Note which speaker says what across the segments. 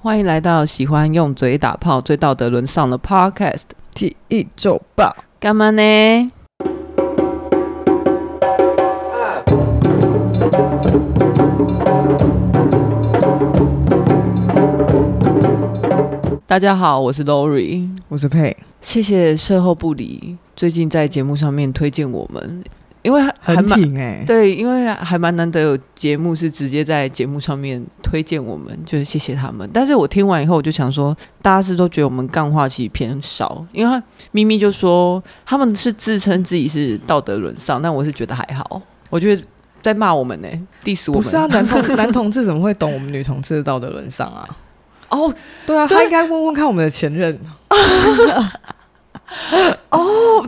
Speaker 1: 欢迎来到喜欢用嘴打炮、最道德沦丧的 Podcast。
Speaker 2: 体育周报，
Speaker 1: 干嘛呢？大家好，我是 Lori，
Speaker 2: 我是佩，
Speaker 1: 谢谢售后不理最近在节目上面推荐我们，因为还还
Speaker 2: 很
Speaker 1: 蛮
Speaker 2: 挺哎、
Speaker 1: 对，因为还蛮难得有节目是直接在节目上面推荐我们，就是谢谢他们。但是我听完以后，我就想说，大家是都觉得我们干话其实偏少，因为他咪咪就说他们是自称自己是道德沦丧，但我是觉得还好，我觉得在骂我们呢、d i s s 我
Speaker 2: 不
Speaker 1: 们。
Speaker 2: 是啊，男同 男同志怎么会懂我们女同志的道德沦丧啊？
Speaker 1: 哦
Speaker 2: 对啊，
Speaker 1: 对
Speaker 2: 他应该问问看我们的前任。
Speaker 1: 哦，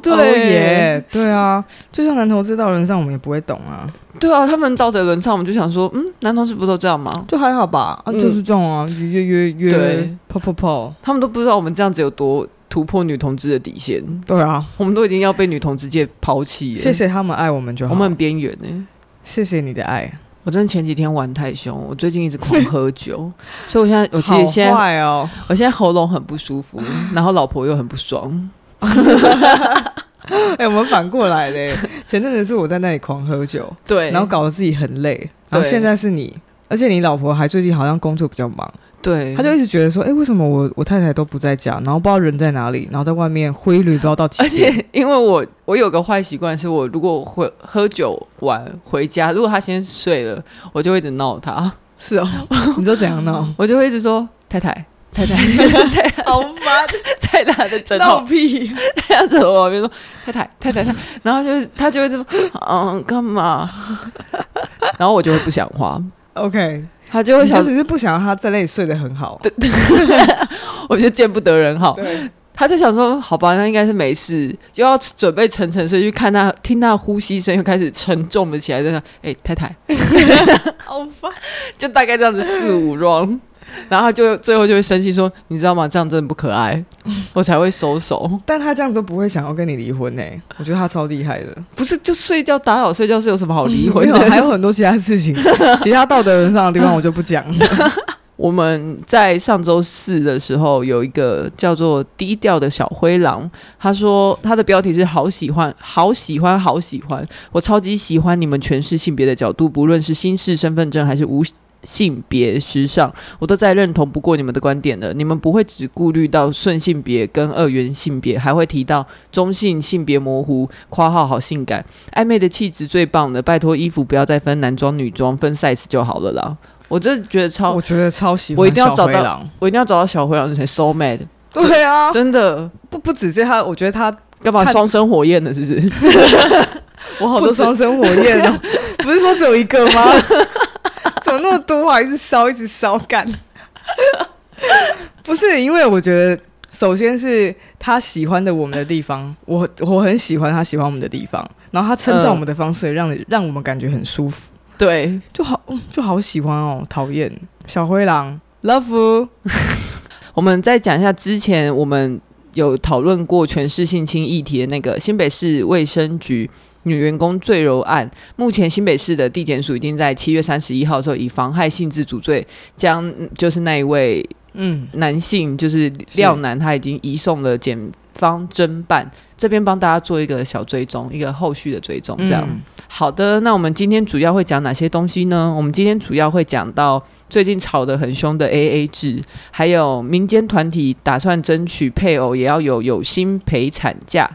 Speaker 1: 对
Speaker 2: 哦耶，对啊，就像男同志道德沦丧，我们也不会懂啊，
Speaker 1: 对啊，他们道德沦丧，我们就想说，嗯，男同事不都这样吗？
Speaker 2: 就还好吧，啊，
Speaker 1: 嗯
Speaker 2: 就是这种啊，约约约
Speaker 1: 对
Speaker 2: 约，泡泡泡，
Speaker 1: 他们都不知道我们这样子有多突破女同志的底线，
Speaker 2: 对啊，
Speaker 1: 我们都已经要被女同志界抛弃了。
Speaker 2: 谢谢他们爱我们就好，
Speaker 1: 我们很边缘呢。
Speaker 2: 谢谢你的爱，
Speaker 1: 我真的前几天玩太凶，我最近一直狂喝 酒，所以我现在我其实现
Speaker 2: 好
Speaker 1: 在
Speaker 2: 坏哦，
Speaker 1: 我现在喉咙很不舒 服，然后老婆又很不爽。
Speaker 2: 哎、我们反过来嘞，前阵子是我在那里狂喝酒，
Speaker 1: 对，
Speaker 2: 然后搞得自己很累，然后
Speaker 1: 对
Speaker 2: 现在是你，而且你老婆还最近好像工作比较忙。
Speaker 1: 对，
Speaker 2: 他就一直觉得说，哎、为什么我我太太都不在家，然后不知道人在哪里，然后在外面挥旅不知道到几
Speaker 1: 而
Speaker 2: 点，
Speaker 1: 且因为我我有个坏习惯，是我如果会喝酒完回家，如果他先睡了，我就会一直闹他，
Speaker 2: 是哦， 你说怎 样闹？
Speaker 1: 我就会一直说太太。太 太在
Speaker 2: 好烦，
Speaker 1: 在他的枕
Speaker 2: 闹
Speaker 1: 头，
Speaker 2: 屁！
Speaker 1: 这样子我旁边说太太太太太，然后就是他就会这么嗯干嘛， 然后我就会不讲话，
Speaker 2: OK，
Speaker 1: 他就会
Speaker 2: 你
Speaker 1: 想
Speaker 2: 就只是不想让他在那里睡得很好。哦对
Speaker 1: 我就见不得人好。
Speaker 2: 对，
Speaker 1: 他就想说，好吧，那应该是没事，就要准备沉沉睡去看他，听他呼吸声又开始沉重了起来，在那，哎、太太，
Speaker 2: 好烦。
Speaker 1: 就大概这样子四五 round，然后 他就最后就会生气说，你知道吗？这样真的不可爱，我才会收手。
Speaker 2: 但他这样都不会想要跟你离婚呢、我觉得他超厉害的。
Speaker 1: 不是，就睡觉打扰睡觉是有什么好离
Speaker 2: 没
Speaker 1: 婚
Speaker 2: 有，还
Speaker 1: 的？
Speaker 2: 有很多其他 事情，其他道德沦丧的地方我就不讲了。
Speaker 1: 我们在上周四的时候有一个叫做“低调的小灰狼”，他说他的标题是“好喜欢，好喜欢，好喜欢”，我超级喜欢你们诠释性别的角度，不论是新式身份证还是无。性别时尚，我都在认同不过你们的观点了。你们不会只顾虑到顺性别跟二元性别，还会提到中性性别模糊（括号好性感）暧昧的气质最棒的。拜托，衣服不要再分男装女装，分 size 就好了啦。我真的觉得超
Speaker 2: 我觉得超喜欢
Speaker 1: 我一定要找到
Speaker 2: 小灰狼。
Speaker 1: 我一定要找到小灰狼之前 so mad，
Speaker 2: 对啊，
Speaker 1: 真的
Speaker 2: 不不只是他，我觉得他
Speaker 1: 干嘛
Speaker 2: 看
Speaker 1: 双生火焰的，是不 是？
Speaker 2: 我好多双生火焰 哦，不是说只有一个吗？ 怎么那么多啊？一直烧，一直烧干。 不是因为我觉得，首先是他喜欢的我们的地方，我我很喜欢他喜欢我们的地方，然后他称赞
Speaker 1: 嗯
Speaker 2: 我们的方式，也让你让我们感觉很舒服，
Speaker 1: 对，
Speaker 2: 就好嗯就好喜欢哦。讨厌小灰狼，love，
Speaker 1: 我们再讲一下之前我们有讨论过全市性侵议题的那个新北市卫生局。女员工坠楼案，目前新北市的地检署已经在七月三十一号的时候，以妨害性自主罪将嗯就是那一位
Speaker 2: 嗯，
Speaker 1: 男性，就是廖男，他已经移送了检方侦办，这边帮大家做一个小追踪，一个后续的追踪，这样。
Speaker 2: 嗯
Speaker 1: 好的，那我们今天主要会讲哪些东西呢？我们今天主要会讲到最近吵得很凶的 AA 制，还有民间团体打算争取配偶也要有有薪陪产假。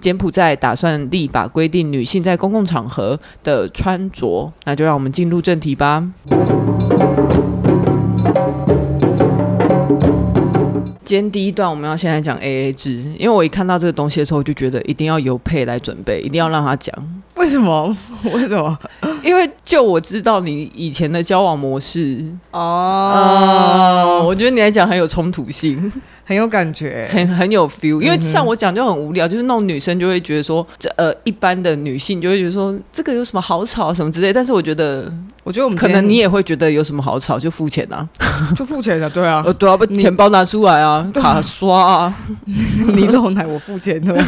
Speaker 1: 柬埔寨打算立法规定女性在公共场合的穿着，那就让我们进入正题吧。今天第一段我们要先来讲 AA 制，因为我一看到这个东西的时候，我就觉得一定要由配来准备，一定要让他讲。
Speaker 2: 为什么？ 为什么？
Speaker 1: 因为就我知道你以前的交往模式，呃
Speaker 2: 哦、
Speaker 1: 哦 嗯，我觉得你来讲很有冲突性。
Speaker 2: 很有感觉。
Speaker 1: 很很有 feel，因为
Speaker 2: 嗯哼
Speaker 1: 像我讲就很无聊，就是那种女生就会觉得说，这呃一般的女性就会觉得说这个有什么好吵什么之类，但是我觉得
Speaker 2: 我觉得我们
Speaker 1: 可
Speaker 2: 今
Speaker 1: 能
Speaker 2: 天
Speaker 1: 你也会觉得有什么好吵，就付钱啊，
Speaker 2: 就付钱的，对啊，
Speaker 1: 呃对啊，把
Speaker 2: 你
Speaker 1: 钱包拿出来啊，卡刷啊，
Speaker 2: 你漏奶我付钱的，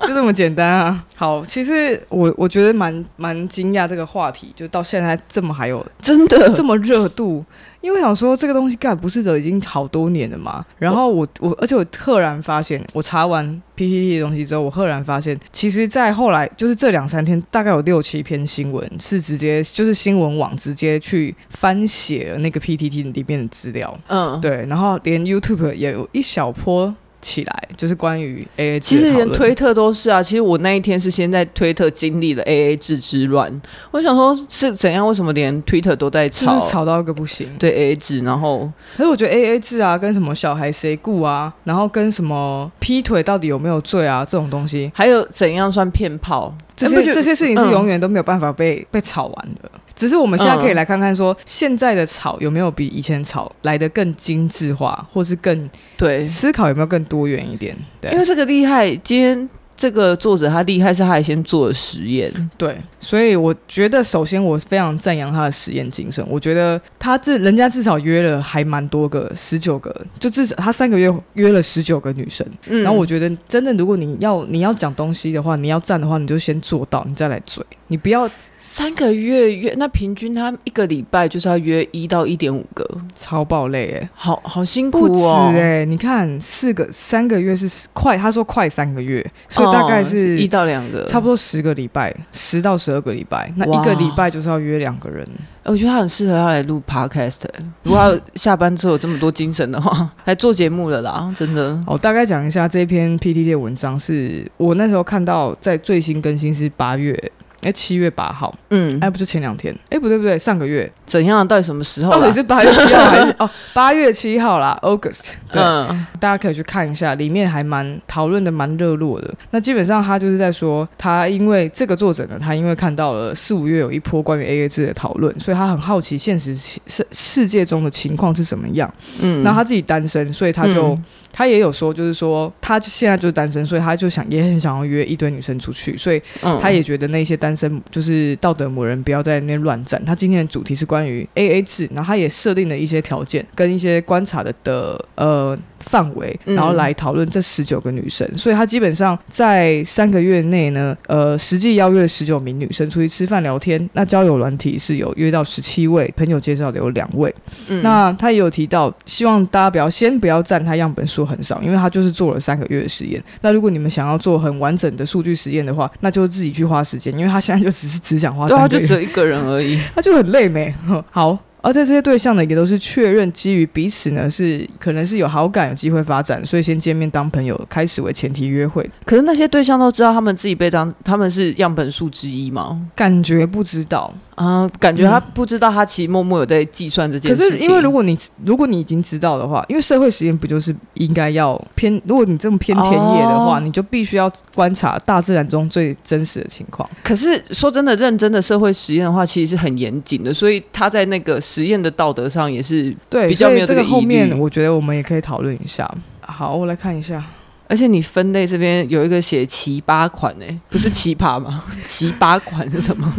Speaker 2: 就这么简单啊。好，其实我我觉得蛮蛮惊讶这个话题，就到现在这么还有呃
Speaker 1: 真的
Speaker 2: 这么热度，因为我想说这个东西干不是都已经好多年了嘛。然后我我而且我赫然发现，我查完 PPT 的东西之后，我赫然发现，其实，在后来就是这两三天，大概有六七篇新闻是直接就是新闻网直接去翻写了那个 PPT 里面的资料，
Speaker 1: 嗯，
Speaker 2: 对，然后连 YouTube 也有一小波。起来就是关于 A A，
Speaker 1: 其实连推特都是啊，其实我那一天是先在推特经历了 A A 制之乱，我想说是怎样，为什么连 Twitter 都在
Speaker 2: 就
Speaker 1: 吵
Speaker 2: 是吵到一个不行，
Speaker 1: 对 A A 制，然后
Speaker 2: 可是我觉得 A A 制啊，跟什么小孩谁顾啊，然后跟什么劈腿到底有没有罪啊这种东西，
Speaker 1: 还有怎样算骗炮，
Speaker 2: 这
Speaker 1: 哎不
Speaker 2: 些
Speaker 1: 就
Speaker 2: 这些事情是
Speaker 1: 嗯
Speaker 2: 永远都没有办法被、被吵完的。只是我们现在可以来看看说，现在的吵有没有比以前吵来的更精致化，或是更
Speaker 1: 对，
Speaker 2: 思考有没有更多元一点？对啊
Speaker 1: 因为这个厉害，今天这个作者他厉害是他还先做了实验，
Speaker 2: 对，所以我觉得首先我非常赞扬他的实验精神。我觉得他至人家至少约了还蛮多个，十九个，就至少他三个月约了十九个女生。
Speaker 1: 嗯
Speaker 2: 然后我觉得，真的，如果你要你要讲东西的话，你要站的话，你就先做到，你再来追。你不要
Speaker 1: 三个月约，那平均他一个礼拜就是要约一到一点五个，
Speaker 2: 超爆累哎、
Speaker 1: 好好辛
Speaker 2: 不
Speaker 1: 苦
Speaker 2: 止
Speaker 1: 哦。
Speaker 2: 哎、你看四个三个月是快，他说快三个月，所以大概
Speaker 1: 哦一
Speaker 2: 是
Speaker 1: 到两个，
Speaker 2: 差不
Speaker 1: 多。
Speaker 2: 多十个礼拜，十到十二个礼拜。那一
Speaker 1: 哇
Speaker 2: 个礼拜就是要约两个人，
Speaker 1: 哎我觉得他很适合要来录 podcast，欸、如果他下班之后有这么多精神的话，来做节目了啦，真的。
Speaker 2: 好，大概讲一下这篇 PTT 的文章是，我那时候看到在最新更新是八月，哎、七月八号，
Speaker 1: 嗯
Speaker 2: 哎、，不就前两天？哎、不对不对，上个月，
Speaker 1: 怎样？到底什么时候啦？
Speaker 2: 到底是八月七号还是哦八月七号啦？August，对，
Speaker 1: 嗯
Speaker 2: 大家可以去看一下，里面还蛮讨论的蛮热络的。那基本上他就是在说，他因为这个作者呢，他因为看到了四五月有一波关于 AA 制的讨论，所以他很好奇现实世世界中的情况是怎么样。
Speaker 1: 嗯，
Speaker 2: 那他自己单身，所以他就、
Speaker 1: 嗯
Speaker 2: 他也有说，就是说他现在就是单身，所以他就想也很想要约一堆女生出去，所以
Speaker 1: 嗯
Speaker 2: 他也觉得那些单身就是道德魔人不要在那边乱站。他今天的主题是关于 A
Speaker 1: 嗯
Speaker 2: A 制，然后他也设定了一些条件跟一些观察的的呃范围，
Speaker 1: 嗯
Speaker 2: 然后来讨论这十九个女生。所以他基本上在三个月内呢，呃，实际邀约十九名女生出去吃饭聊天。那交友软体是有约到十七位，朋友介绍的有两位。
Speaker 1: 嗯
Speaker 2: 那他也有提到，希望大家不要先不要占他样本数很少，因为他就是做了三个月的实验。那如果你们想要做很完整的数据实验的话，那就自己去花时间，因为他现在就只是只想花
Speaker 1: 对啊，
Speaker 2: 三个
Speaker 1: 就
Speaker 2: 月，
Speaker 1: 只有一个人而已。
Speaker 2: 他就很累没。 哼好。而在这些对象呢，也都是确认基于彼此呢是可能是有好感、有机会发展，所以先见面当朋友，开始为前提约会，
Speaker 1: 可是那些对象都知道他们自己被当他们是样本数之一吗？
Speaker 2: 感觉不知道。
Speaker 1: 啊、感觉他不知道，他其实默默有在计算这件
Speaker 2: 可
Speaker 1: 事情。
Speaker 2: 是因为如果你如果你已经知道的话，因为社会实验不就是应该要偏，如果你这么偏田野的话，
Speaker 1: 哦
Speaker 2: 你就必须要观察大自然中最真实的情况。
Speaker 1: 可是说真的，认真的社会实验的话，其实是很严谨的，所以他在那个实验的道德上也是，
Speaker 2: 对，
Speaker 1: 比较
Speaker 2: 所以
Speaker 1: 没有
Speaker 2: 这
Speaker 1: 这个
Speaker 2: 后
Speaker 1: 疑虑
Speaker 2: 面，我觉得我们也可以讨论一下。好，我来看一下，
Speaker 1: 而且你分类这边有一个写奇葩款哎、不是奇葩吗？奇葩款是什么？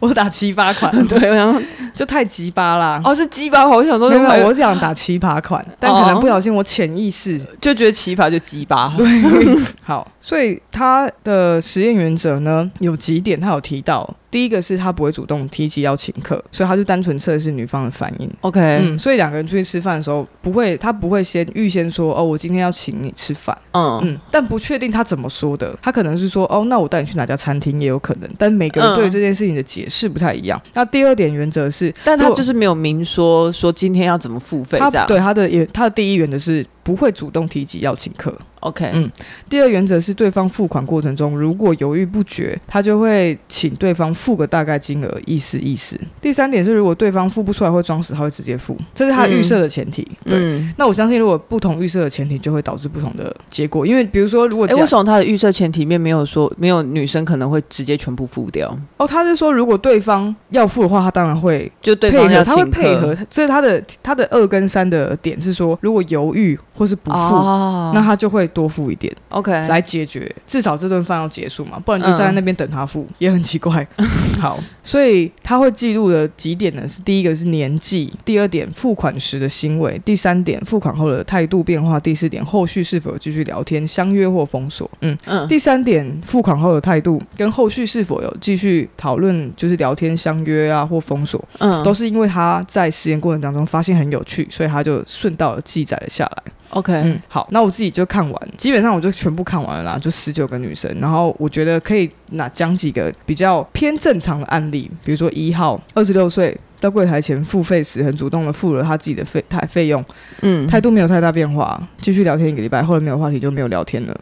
Speaker 2: 我打七八款，
Speaker 1: 对，我想说
Speaker 2: 就太鸡巴啦。
Speaker 1: 哦是鸡葩款，我想说
Speaker 2: 没有没
Speaker 1: 还
Speaker 2: 有，
Speaker 1: 有
Speaker 2: 我想打奇葩 款，但可能不小心我潜意识
Speaker 1: 就觉得奇葩就鸡葩，
Speaker 2: 好，所以他的实验原则呢有几点，他有提到。第一个是他不会主动提及要请客，所以他就单纯测试女方的反应。
Speaker 1: OK，、
Speaker 2: 嗯，所以两个人出去吃饭的时候，不会，他不会先预先说哦，我今天要请你吃饭，
Speaker 1: 嗯
Speaker 2: 嗯，但不确定他怎么说的，他可能是说哦，那我带你去哪家餐厅也有可能，但每个人
Speaker 1: 嗯
Speaker 2: 对于这件事情的解释不太一样。那第二点原则是，
Speaker 1: 但他
Speaker 2: 如果
Speaker 1: 就是没有明说说今天要怎么付费
Speaker 2: 他
Speaker 1: 这样，
Speaker 2: 对他的也他的第一原则是不会主动提及要请客，
Speaker 1: ，OK，
Speaker 2: 嗯第二原则是对方付款过程中如果犹豫不决，他就会请对方付个大概金额，意思意思。第三点是如果对方付不出来会装死，他会直接付，这是他预设的前提。对。
Speaker 1: 嗯，
Speaker 2: 那我相信，如果不同预设的前提，就会导致不同的结果。因为比如说，如果
Speaker 1: 哎、
Speaker 2: 讲、
Speaker 1: 为什么他的预设前提面没有说没有女生可能会直接全部付掉？
Speaker 2: 哦，他是说，如果对方要付的话，他当然会
Speaker 1: 就对
Speaker 2: 配
Speaker 1: 方要
Speaker 2: 合，
Speaker 1: 请
Speaker 2: 他会配
Speaker 1: 客
Speaker 2: 合。所以他的他的二跟三的点是说，如果犹豫或是不付，
Speaker 1: 哦哎
Speaker 2: 那他就会多付一点
Speaker 1: OK
Speaker 2: 来解决，至少这顿饭要结束嘛，不然就
Speaker 1: 嗯
Speaker 2: 站在那边等他付、也很 奇怪。
Speaker 1: 好，
Speaker 2: 所以他会记录的几点呢？是第一个是年纪，第二点付款时的行为，第三点付款后的态度变化，第四点后续是否有继续聊天、相约或封锁。嗯，
Speaker 1: 嗯，
Speaker 2: 第三点付款后的态度跟后续是否有继续讨论，就是聊天、相约啊或封锁，
Speaker 1: 嗯
Speaker 2: 都是因为他在实验过程当中发现很有趣，所以他就顺道记载了下来。
Speaker 1: OK，
Speaker 2: 嗯，好，那我自己就看完，基本上我就全部看完了啦，就十九个女生。然后我觉得可以拿讲几个比较偏正常的案例，比如说一号，二十六岁。到柜台前付费时，很主动的付了他自己的费台费用，
Speaker 1: 嗯，
Speaker 2: 态度没有太大变化，继续聊天一个礼拜，后来没有话题就没有聊天了。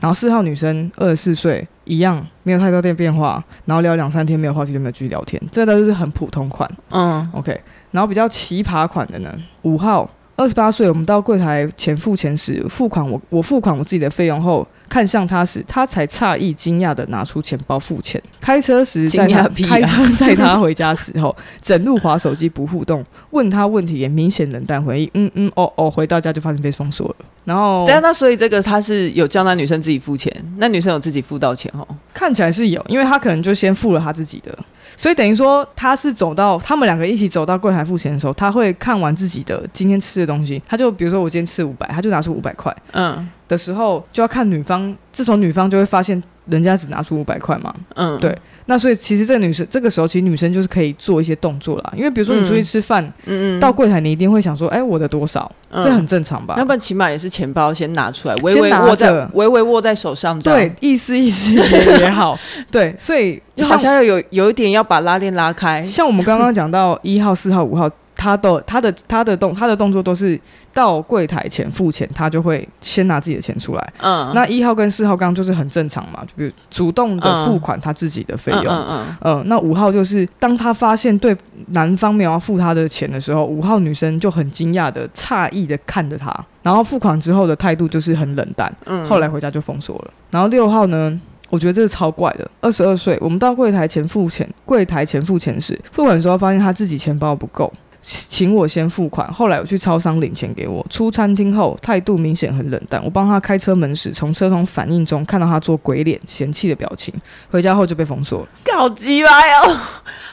Speaker 2: 然后四号女生，二十四岁，一样没有太多的变化，然后聊两三天没有话题就没有继续聊天，这都是很普通款。
Speaker 1: 嗯
Speaker 2: OK，然后比较奇葩款的呢，五号，二十八岁，我们到柜台前付钱时，付款我我付款我自己的费用后，看向他时，他才诧异惊讶的拿出钱包付钱。开车时在他
Speaker 1: 惊讶屁啊
Speaker 2: 开车载他回家时候，整路划手机不互动，问他问题也明显冷淡回应，嗯嗯哦哦，回到家就发现被封锁了。然后
Speaker 1: 对啊，那所以这个他是有叫那女生自己付钱，那女生有自己付到钱哦。
Speaker 2: 看起来是有，因为他可能就先付了他自己的，所以等于说他是走到他们两个一起走到柜台付钱的时候，他会看完自己的今天吃的东西，他就比如说我今天吃五百，他就拿出五百块
Speaker 1: 嗯
Speaker 2: 的时候，就要看女方，这时候女方就会发现人家只拿出五百块嘛，
Speaker 1: 嗯，
Speaker 2: 对那所以其实这个女生这个时候其实女生就是可以做一些动作啦，因为比如说你出去吃饭、
Speaker 1: 嗯嗯，
Speaker 2: 到柜台，你一定会想说，哎、我的多少，
Speaker 1: 嗯
Speaker 2: 这很正常吧？
Speaker 1: 要不然起码也是钱包先拿出来，微
Speaker 2: 先
Speaker 1: 微
Speaker 2: 拿
Speaker 1: 握在
Speaker 2: 着
Speaker 1: 微微握在手上，这样
Speaker 2: 对，意思意思也也好，对，所以
Speaker 1: 就
Speaker 2: 像
Speaker 1: 好像要有有一点要把拉链拉开。
Speaker 2: 像我们刚刚讲到一号、四号、五号，他的他的他的动他的动作都是到柜台前付钱，他就会先拿自己的钱出来。
Speaker 1: 嗯，
Speaker 2: 那一号跟四号刚刚就是很正常嘛，就比如主动的付款他自己的费用。
Speaker 1: 嗯嗯
Speaker 2: 呃，那五号就是当他发现对男方没有要付他的钱的时候，五号女生就很惊讶的、诧异的看着他，然后付款之后的态度就是很冷淡，
Speaker 1: 嗯，
Speaker 2: 后来回家就封锁了。然后六号呢，我觉得这个超怪的。二十二岁，我们到柜台前付钱，柜台前付钱时，付款的时候发现他自己钱包不够。请我先付款，后来我去超商领钱给我。出餐厅后态度明显很冷淡，我帮他开车门时，从车窗反应中看到他做鬼脸、嫌弃的表情。回家后就被封锁了。
Speaker 1: 搞鸡巴 哦，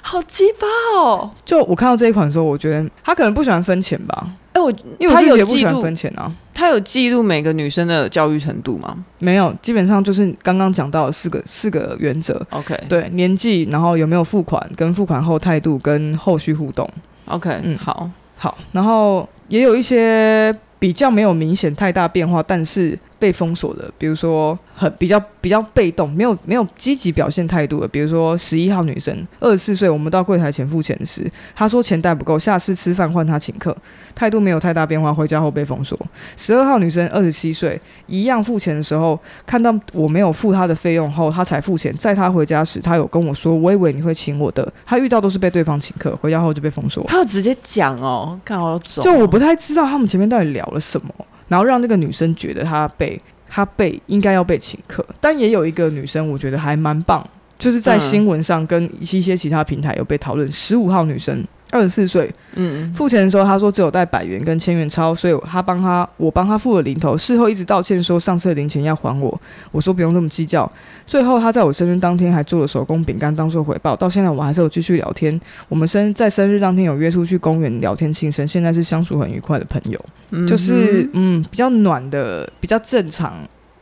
Speaker 1: 好鸡巴哦！
Speaker 2: 就我看到这一款的时候，我觉得他可能不喜欢分钱吧，
Speaker 1: 哎，我
Speaker 2: 因为我
Speaker 1: 他
Speaker 2: 自己
Speaker 1: 有
Speaker 2: 也不
Speaker 1: 记
Speaker 2: 喜欢
Speaker 1: 录
Speaker 2: 分，钱啊。
Speaker 1: 他有记录每个女生的教育程度吗
Speaker 2: 没有，基本上就是刚刚讲到的四个四个原则，
Speaker 1: ？OK
Speaker 2: 对年纪，然后有没有付款，跟付款后态度，跟后续互动。
Speaker 1: OK，
Speaker 2: 嗯
Speaker 1: 好，
Speaker 2: 好，然后也有一些比较没有明显太大变化，但是被封锁的，比如说很比较比较被动，没有没有积极表现态度的，比如说十一号女生，二十四岁，我们到柜台前付钱时，她说钱带不够，下次吃饭换她请客，态度没有太大变化，回家后被封锁。十二号女生，二十七岁，一样付钱的时候，看到我没有付她的费用后，她才付钱，在她回家时，她有跟我说，我以为你会请我的，她遇到都是被对方请客，回家后就被封锁。
Speaker 1: 他有直接讲哦，看好走，
Speaker 2: 就我不太知道他们前面到底聊了什么，然后让那个女生觉得她被她被应该要被请客，但也有一个女生我觉得还蛮棒，就是在
Speaker 1: 嗯
Speaker 2: 新闻上跟一些其他平台有被讨论，十五号女生。二十四岁
Speaker 1: 嗯
Speaker 2: 付钱的时候，她说只有带百元跟千元钞，所以她帮她我帮她付了零头。事后一直道歉说上次的零钱要还我，我说不用那么计较。最后她在我生日当天还做了手工饼干当做回报，到现在我们还是有继续聊天。我们生在生日当天有约出去公园聊天庆生，现在是相处很愉快的朋友，
Speaker 1: 嗯
Speaker 2: 就是嗯比较暖的、比较正常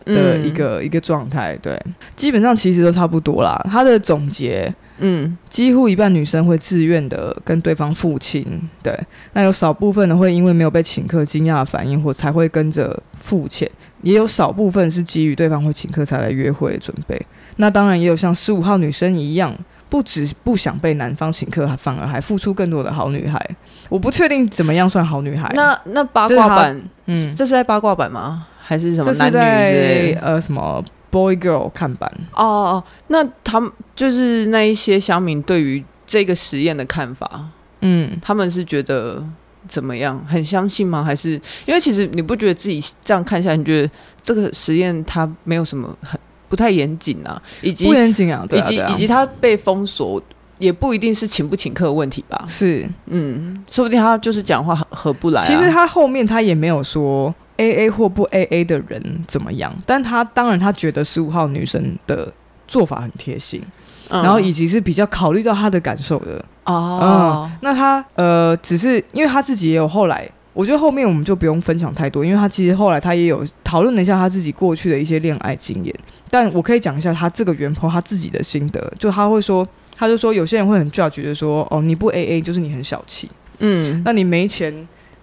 Speaker 1: 嗯
Speaker 2: 的一，个、一个状态。对，基本上其实都差不多啦。他的总结。
Speaker 1: 嗯
Speaker 2: 几乎一半女生会自愿的跟对方付清，对，那有少部分的会因为没有被请客惊讶的反应，或才会跟着付钱，也有少部分是基于对方会请客才来约会的准备。那当然也有像十五号女生一样，不只不想被男方请客，反而还付出更多的好女孩。我不确定怎么样算好女孩
Speaker 1: 嗯，那那八
Speaker 2: 这是
Speaker 1: 卦
Speaker 2: 他
Speaker 1: 版，
Speaker 2: 嗯，
Speaker 1: 这是在八卦版吗？还是什么
Speaker 2: 这
Speaker 1: 男
Speaker 2: 是
Speaker 1: 女之类
Speaker 2: 在
Speaker 1: 的？
Speaker 2: 呃什么 boy girl 看板，
Speaker 1: 哦哦，那他们就是那一些乡民对于这个实验的看法，
Speaker 2: 嗯，
Speaker 1: 他们是觉得怎么样？很相信吗？还是因为其实你不觉得自己这样看下来，你觉得这个实验它没有什么很不太严谨啊，以及
Speaker 2: 不严谨啊，对
Speaker 1: 以
Speaker 2: 啊
Speaker 1: 及
Speaker 2: 对啊
Speaker 1: 以及他被封锁，也不一定是请不请客的问题吧？
Speaker 2: 是
Speaker 1: 嗯，说不定他就是讲话合合不来、啊。
Speaker 2: 其实他后面他也没有说 A A 或不 A A 的人怎么样，但他当然他觉得十五号女生的做法很贴心，
Speaker 1: 嗯
Speaker 2: 然后以及是比较考虑到他的感受的。
Speaker 1: 哦，
Speaker 2: 那他呃，只是因为他自己也有后来，我觉得后面我们就不用分享太多，因为他其实后来他也有讨论了一下他自己过去的一些恋爱经验。但我可以讲一下他这个原 po 他自己的心得，就他会说，他就说有些人会很 judge 的说，哦，你不 A A 就是你很小气，
Speaker 1: 嗯，
Speaker 2: 那你没钱，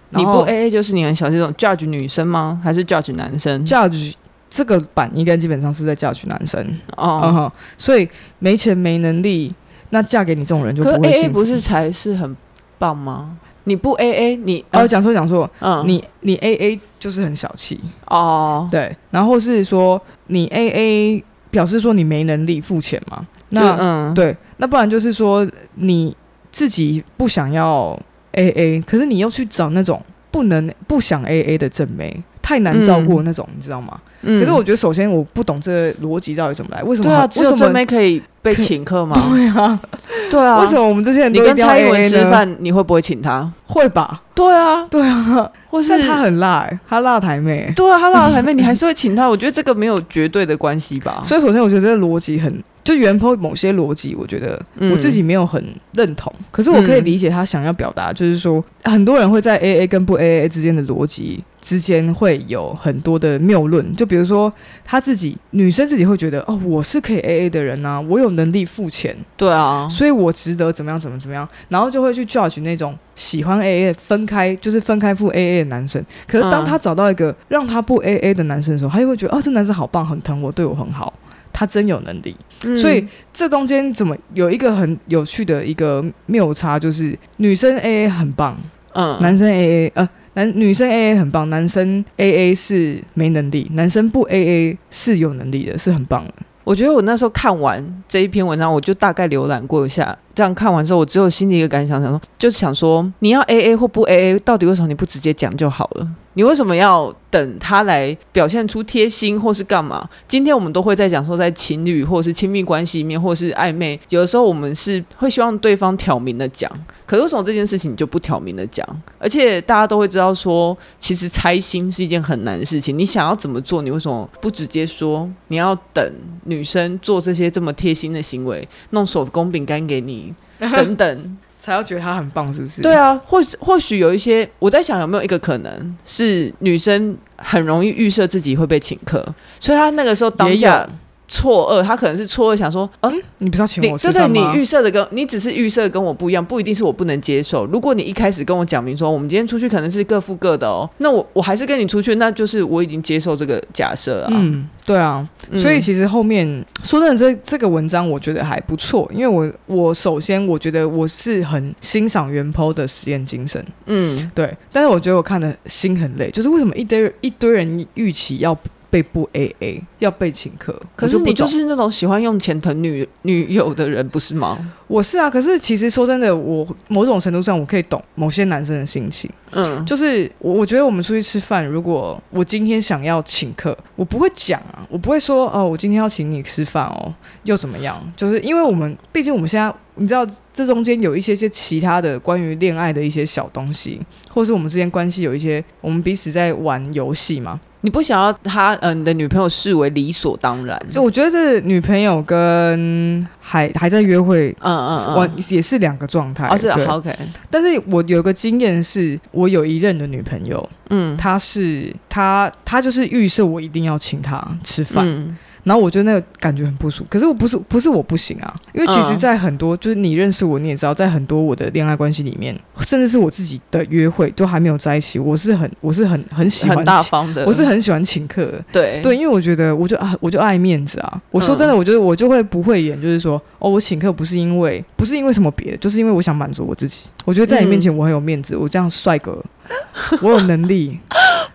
Speaker 1: 你
Speaker 2: 然
Speaker 1: 不
Speaker 2: 后
Speaker 1: A A 就是你很小气，这种 judge 女生吗？还是 judge 男生？
Speaker 2: judge 这个版应该基本上是在 judge 男生，嗯
Speaker 1: 哦，
Speaker 2: 哼，所以没钱没能力，那嫁给你这种人就
Speaker 1: 可
Speaker 2: 不会
Speaker 1: A A
Speaker 2: 幸福。
Speaker 1: 不是才是很棒吗？你不 A A，你
Speaker 2: 哦，讲错讲错，
Speaker 1: 嗯
Speaker 2: 你你 A A 就是很小气，
Speaker 1: 哦，
Speaker 2: 对，然后是说你 A A 表示说你没能力付钱嘛，
Speaker 1: 就
Speaker 2: 那、
Speaker 1: 嗯
Speaker 2: 对，那不然就是说你自己不想要 A A，可是你又去找那种不能不想 A A 的正妹，太难照顾那种，你知道吗？
Speaker 1: 嗯
Speaker 2: 可是我觉得首先我不懂这逻辑到底怎么来，为什么
Speaker 1: 对啊，
Speaker 2: 好
Speaker 1: 只
Speaker 2: 为
Speaker 1: 有
Speaker 2: 什
Speaker 1: 正
Speaker 2: 么
Speaker 1: 妹可以被请客吗？
Speaker 2: 对啊，
Speaker 1: 对啊，
Speaker 2: 为什么我们这些人
Speaker 1: 你
Speaker 2: 都一
Speaker 1: 跟
Speaker 2: 定要
Speaker 1: 蔡
Speaker 2: A
Speaker 1: 英
Speaker 2: A
Speaker 1: 文
Speaker 2: 呢
Speaker 1: 吃饭，你会不会请她？
Speaker 2: 会吧？
Speaker 1: 对啊，
Speaker 2: 对啊，
Speaker 1: 或是
Speaker 2: 但他很辣、欸，他辣台妹欸、
Speaker 1: 对啊，他辣台妹，你还是会请她。我觉得这个没有绝对的关系吧。
Speaker 2: 所以首先我觉得这个逻辑很，就原 po 某些逻辑，我觉得
Speaker 1: 嗯
Speaker 2: 我自己没有很认同，可是我可以
Speaker 1: 嗯
Speaker 2: 理解他想要表达，就是说、很多人会在 A A 跟不 A A 之间的逻辑之间会有很多的谬论，就比如说他自己女生自己会觉得哦，我是可以 A A 的人呐、我有能力付钱，
Speaker 1: 对啊，
Speaker 2: 所以我值得怎么样怎么怎么样，然后就会去 judge 那种喜欢 A A 分开就是分开付 A A 的男生。可是当
Speaker 1: 嗯
Speaker 2: 他找到一个让他不 A A 的男生的时候，他又会觉得哦，这男生好棒，很疼我，对我很好，他真有能力。
Speaker 1: 嗯
Speaker 2: 所以这中间怎么有一个很有趣的一个谬差，就是女生 A A 很棒，
Speaker 1: 嗯，
Speaker 2: 男生 A A 呃。男女生 A A 很棒，男生 A A 是没能力，男生不 A A 是有能力的，是很棒的。
Speaker 1: 我觉得我那时候看完这一篇文章，我就大概浏览过一下。这样看完之后，我只有心里一个感想，想说，就想说，你要 A A 或不 A A，到底为什么你不直接讲就好了？你为什么要等他来表现出贴心或是干嘛？今天我们都会在讲说，在情侣或者是亲密关系里面，或者是暧昧，有的时候我们是会希望对方挑明的讲，可是为什么这件事情你就不挑明的讲？而且大家都会知道说，其实猜心是一件很难的事情。你想要怎么做，你为什么不直接说？你要等女生做这些这么贴心的行为，弄手工饼干给你，等等。
Speaker 2: 才要觉得他很棒，是不是？
Speaker 1: 对啊，或许或许有一些，我在想有没有一个可能是女生很容易预设自己会被请客，所以她那个时候当
Speaker 2: 也
Speaker 1: 下
Speaker 2: 有。
Speaker 1: 错愕，她可能是错愕，想说，嗯，
Speaker 2: 你不是要请
Speaker 1: 你
Speaker 2: 我
Speaker 1: 对
Speaker 2: 吃
Speaker 1: 对，
Speaker 2: 饭
Speaker 1: 你
Speaker 2: 吗？
Speaker 1: 预设的跟你只是预设跟我不一样，不一定是我不能接受。如果你一开始跟我讲明说，我们今天出去可能是各付各的哦，那我我还是跟你出去，那就是我已经接受这个假设啊。
Speaker 2: 嗯，对啊，
Speaker 1: 嗯
Speaker 2: 所以其实后面说真的这，这个文章我觉得还不错，因为我我首先我觉得我是很欣赏原 PO 的实验精神，
Speaker 1: 嗯
Speaker 2: 对，但是我觉得我看的心很累，就是为什么一堆一堆人预期要被不 AA，要被请客，
Speaker 1: 可是
Speaker 2: 我
Speaker 1: 你
Speaker 2: 不
Speaker 1: 就
Speaker 2: 懂
Speaker 1: 是那种喜欢用钱疼女女友的人，不是吗？
Speaker 2: 我是啊，可是其实说真的，我某种程度上我可以懂某些男生的心情。
Speaker 1: 嗯，
Speaker 2: 就是我我觉得我们出去吃饭，如果我今天想要请客，我不会讲啊，我不会说哦，我今天要请你吃饭哦，又怎么样？就是因为我们毕竟我们现在你知道这中间有一些些其他的关于恋爱的一些小东西，或是我们之间关系有一些我们彼此在玩游戏嘛。
Speaker 1: 你不想要她嗯、呃你的女朋友视为理所当然。
Speaker 2: 就我觉得这女朋友跟还还在约会。
Speaker 1: 嗯嗯嗯，
Speaker 2: 玩也是两个状态，
Speaker 1: 哦是
Speaker 2: 对
Speaker 1: 好 OK，
Speaker 2: 但是我有个经验是，我有一任的女朋友，
Speaker 1: 嗯，
Speaker 2: 他是他他就是预设我一定要请他吃饭，
Speaker 1: 嗯
Speaker 2: 然后我觉得那个感觉很不舒服。可是我不是不是我不行啊，因为其实，
Speaker 1: 嗯
Speaker 2: 在很多、就是你认识我，你也知道，在很多我的恋爱关系里面，甚至是我自己的约会都还没有在一起，我是很我是很很喜欢
Speaker 1: 很大呃哎
Speaker 2: 请
Speaker 1: 方的，
Speaker 2: 我是很喜欢请客的。
Speaker 1: 对
Speaker 2: 对，因为我觉得，我就啊，我就爱面子
Speaker 1: 嗯
Speaker 2: 啊。我说真的，我觉得我就会不会演，就是说，哦，我请客不是因为不是因为什么别的，就是因为我想满足我自己。我觉得在你面
Speaker 1: 嗯
Speaker 2: 前我很有面子，我这样帅哥， 我有能力，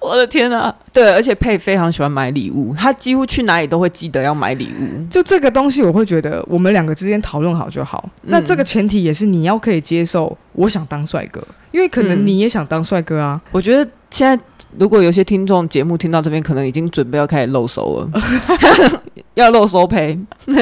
Speaker 1: 我的天啊！对，而且佩非常喜欢买礼物，她几乎去哪里都会记得要买礼物。
Speaker 2: 就这个东西，我会觉得我们两个之间讨论好就好。那
Speaker 1: 嗯
Speaker 2: 这个前提也是你要可以接受，我想当帅哥，因为可能
Speaker 1: 嗯
Speaker 2: 你也想当帅 哥啊。
Speaker 1: 我觉得现在如果有些听众节目听到这边，可能已经准备要开始露手 了，要露手赔。嗯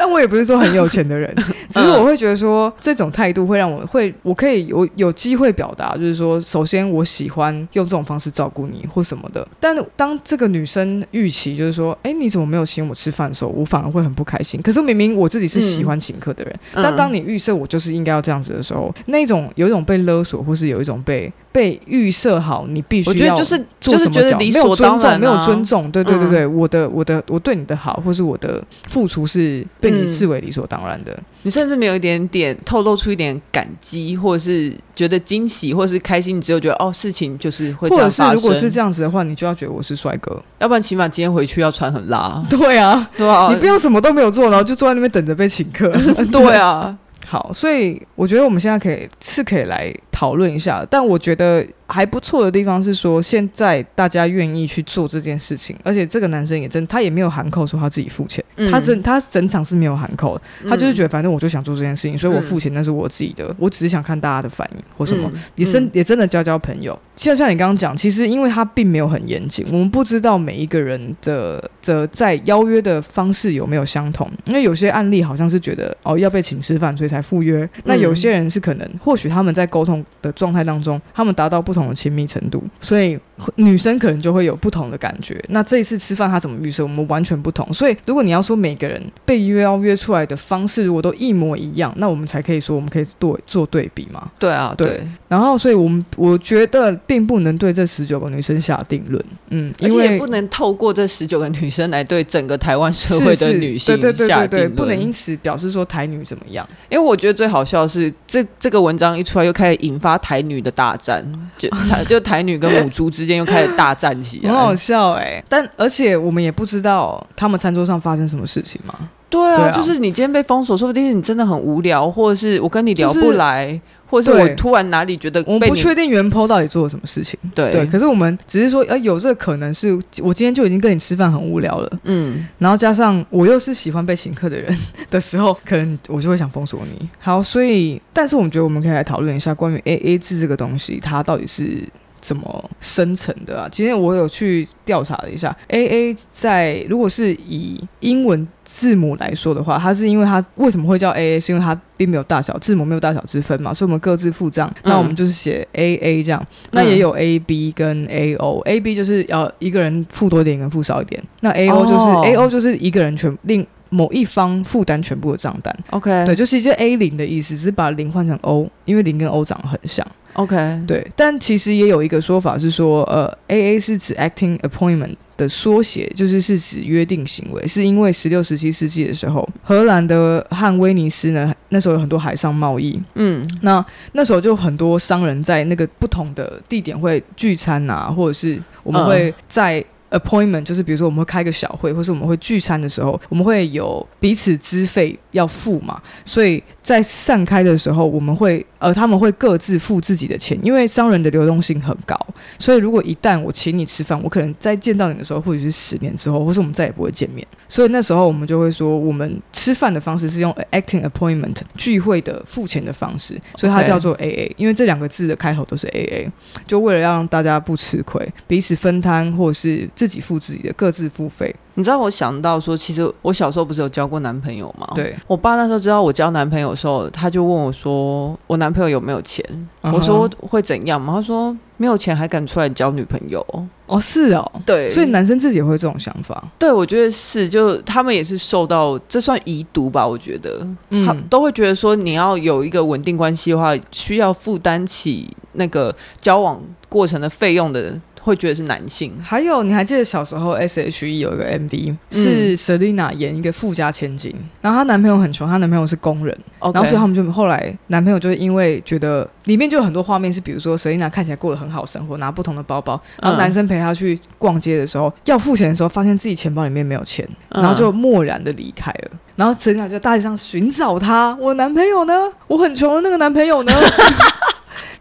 Speaker 2: 但我也不是说很有钱的人，只只是我会觉得说，这种态度会让我会，我可以有有机会表达，就是说，首先我喜欢用这种方式照顾你或什么的。但当这个女生预期就是说，哎，你怎么没有请我吃饭的时候，我反而会很不开心。可是明明我自己是喜欢请客的人，
Speaker 1: 嗯
Speaker 2: 但当你预设我就是应该要这样子的时候，那种有一种被勒索，或是有一种被被预设好你必须
Speaker 1: 我觉
Speaker 2: 要
Speaker 1: 得就是
Speaker 2: 做
Speaker 1: 就是
Speaker 2: 什
Speaker 1: 觉
Speaker 2: 么
Speaker 1: 得
Speaker 2: 角，
Speaker 1: 理所
Speaker 2: 没有尊
Speaker 1: 当然、啊，
Speaker 2: 重，没有尊。重，对对对
Speaker 1: 嗯
Speaker 2: 对，我的我的我对你的好，或是我的付出是被你
Speaker 1: 嗯
Speaker 2: 视为理所当然的。
Speaker 1: 你甚至没有一点点透露出一点感激，或者是觉得惊喜，或者是开心，你只有觉得哦，事情就是会这
Speaker 2: 或
Speaker 1: 样
Speaker 2: 者是
Speaker 1: 发生。
Speaker 2: 如果是这样子的话，你就要觉得我是帅 哥。
Speaker 1: 要不然起码今天回去要穿很辣，
Speaker 2: 对啊，
Speaker 1: 对啊，
Speaker 2: 你不要什么都没有做，然后就坐在那边等着被请 客。
Speaker 1: 对啊，
Speaker 2: 好，所以我觉得我们现在可以是可以来讨论一下，但我觉得还不错的地方是说，现在大家愿意去做这件事情，而且这个男生也真，他也没有含口说他自己付钱，
Speaker 1: 嗯
Speaker 2: 他整他整场是没有含口的，他就是觉得反正我就想做这件事情，所以我
Speaker 1: 嗯
Speaker 2: 付钱那是我自己的，我只是想看大家的反应
Speaker 1: 我
Speaker 2: 或哦什么。也真、
Speaker 1: 嗯
Speaker 2: 也真的交交朋友。就像你刚刚讲，其实因为他并没有很严谨，我们不知道每一个人的的在邀约的方式有没有相同。因为有些案例好像是觉得哦要被请吃饭，所以才赴约。那有些人是可能，或许他们在沟通的状态当中，他们达到不同的亲密程度，所以女生可能就会有不同的感觉。那这一次吃饭他怎么预设，我们完全不同。所以如果你要说每个人被约邀约出来的方式如果都一模一样，那我们才可以说我们可以做做对比嘛。
Speaker 1: 对啊，
Speaker 2: 对
Speaker 1: 对，
Speaker 2: 然后，所以我们我觉得并不能对这十九个女生下定论，嗯，
Speaker 1: 而
Speaker 2: 因
Speaker 1: 且也
Speaker 2: 为
Speaker 1: 不能透过这十九个女生来对整个台湾社会
Speaker 2: 是
Speaker 1: 的
Speaker 2: 是
Speaker 1: 女性
Speaker 2: 对对
Speaker 1: 下
Speaker 2: 对对
Speaker 1: 定
Speaker 2: 对，
Speaker 1: 论，
Speaker 2: 不能因此表示说台女怎么样。
Speaker 1: 因为我觉得最好笑的是，这这个文章一出来，又开始引发台女的大战，就 台就台女跟母猪之间又开始大战起
Speaker 2: 很好
Speaker 1: 来。
Speaker 2: 笑哎、但而且我们也不知道他们餐桌上发生什么事情嘛。
Speaker 1: 对
Speaker 2: 对
Speaker 1: 啊，
Speaker 2: 啊
Speaker 1: 就是你今天被封锁，说不定你真的很无聊，或者是我跟你聊
Speaker 2: 就是
Speaker 1: 不来，或者是我
Speaker 2: 对
Speaker 1: 突然哪里觉得
Speaker 2: 我们
Speaker 1: 被
Speaker 2: 不
Speaker 1: 你
Speaker 2: 确定原 PO 到底做了什么事情，
Speaker 1: 对
Speaker 2: 对。可是我们只是说，呃，有这个可能是我今天就已经跟你吃饭很无聊了，
Speaker 1: 嗯，
Speaker 2: 然后加上我又是喜欢被请客的人 的时候，可能我就会想封锁你。好，所以但是我们觉得我们可以来讨论一下关于 A A 制这个东西，它到底是怎么生成的啊？今天我有去调查了一下，A A 在如果是以英文字母来说的话，它是因为它为什么会叫 A A，是因为它并没有大小字母没有大小之分嘛，所以我们各自付账，那我们就是写 A A 这样。那
Speaker 1: 嗯
Speaker 2: 也有 A B 跟 A O，A B 就是呃一个人付多一点，一个人付少一点。那 A O 就是、
Speaker 1: 哦
Speaker 2: A O 就是一个人全另某一方负担全部的账单，
Speaker 1: OK，
Speaker 2: 对，就是一些 A 零的意思，只是把零换成 O，因为零跟 O 长得很像。
Speaker 1: ，OK，
Speaker 2: 对，但其实也有一个说法是说，呃，A A 是指 acting appointment 的缩写，就是是指约定行为，是因为十六、十七世纪的时候，荷兰的和威尼斯呢，那时候有很多海上贸易，
Speaker 1: 嗯
Speaker 2: 那那时候就很多商人在那个不同的地点会聚餐啊，或者是我们
Speaker 1: 嗯
Speaker 2: 会在 appointment，、就是比如说我们会开个小会，或是我们会聚餐的时候，我们会有彼此资费要付嘛，所以在散开的时候，我们会呃他们会各自付自己的钱，因为商人的流动性很高，所以如果一旦我请你吃饭，我可能再见到你的时候，或许是十年之后，或是我们再也不会见面。所以那时候我们就会说，我们吃饭的方式是用 acting appointment 聚会的付钱的方式，所以它
Speaker 1: OK
Speaker 2: 叫做 AA，因为这两个字的开头都是 AA，就为了让大家不吃亏，彼此分摊或是自己付自己的，各自付费。
Speaker 1: 你知道我想到说，其实我小时候不是有交过男朋友吗？。
Speaker 2: 对，
Speaker 1: 我爸那时候知道我交男朋友的时候，他就问我说：“我男朋友有没有钱？”我说
Speaker 2: 嗯哼
Speaker 1: 会怎样嘛？他说没有钱还敢出来交女朋友。
Speaker 2: 哦是哦，
Speaker 1: 对，
Speaker 2: 所以男生自己也会有这种想法，
Speaker 1: 对我觉得是，就他们也是受到这算遗毒吧？我觉得，他
Speaker 2: 嗯，
Speaker 1: 都会觉得说你要有一个稳定关系的话，需要负担起那个交往过程的费用的，会觉得是男性。
Speaker 2: 还有，你还记得小时候 S H E 有一个 MV 是 Selina 演一个富家千金，然后她男朋友很穷，她男朋友是工人
Speaker 1: o
Speaker 2: 然后所以他们就后来男朋友就是因为觉得里面就有很多画面是，比如说 Selina 看起来过得很好生活，拿不同的包包，然后男生陪她去逛街的时候、要付钱的时候，发现自己钱包里面没有钱，然
Speaker 1: 嗯
Speaker 2: 后就漠然的离开了。然后 Selina 就在大街上寻找他，我男朋友呢？我很穷的那个男朋友呢？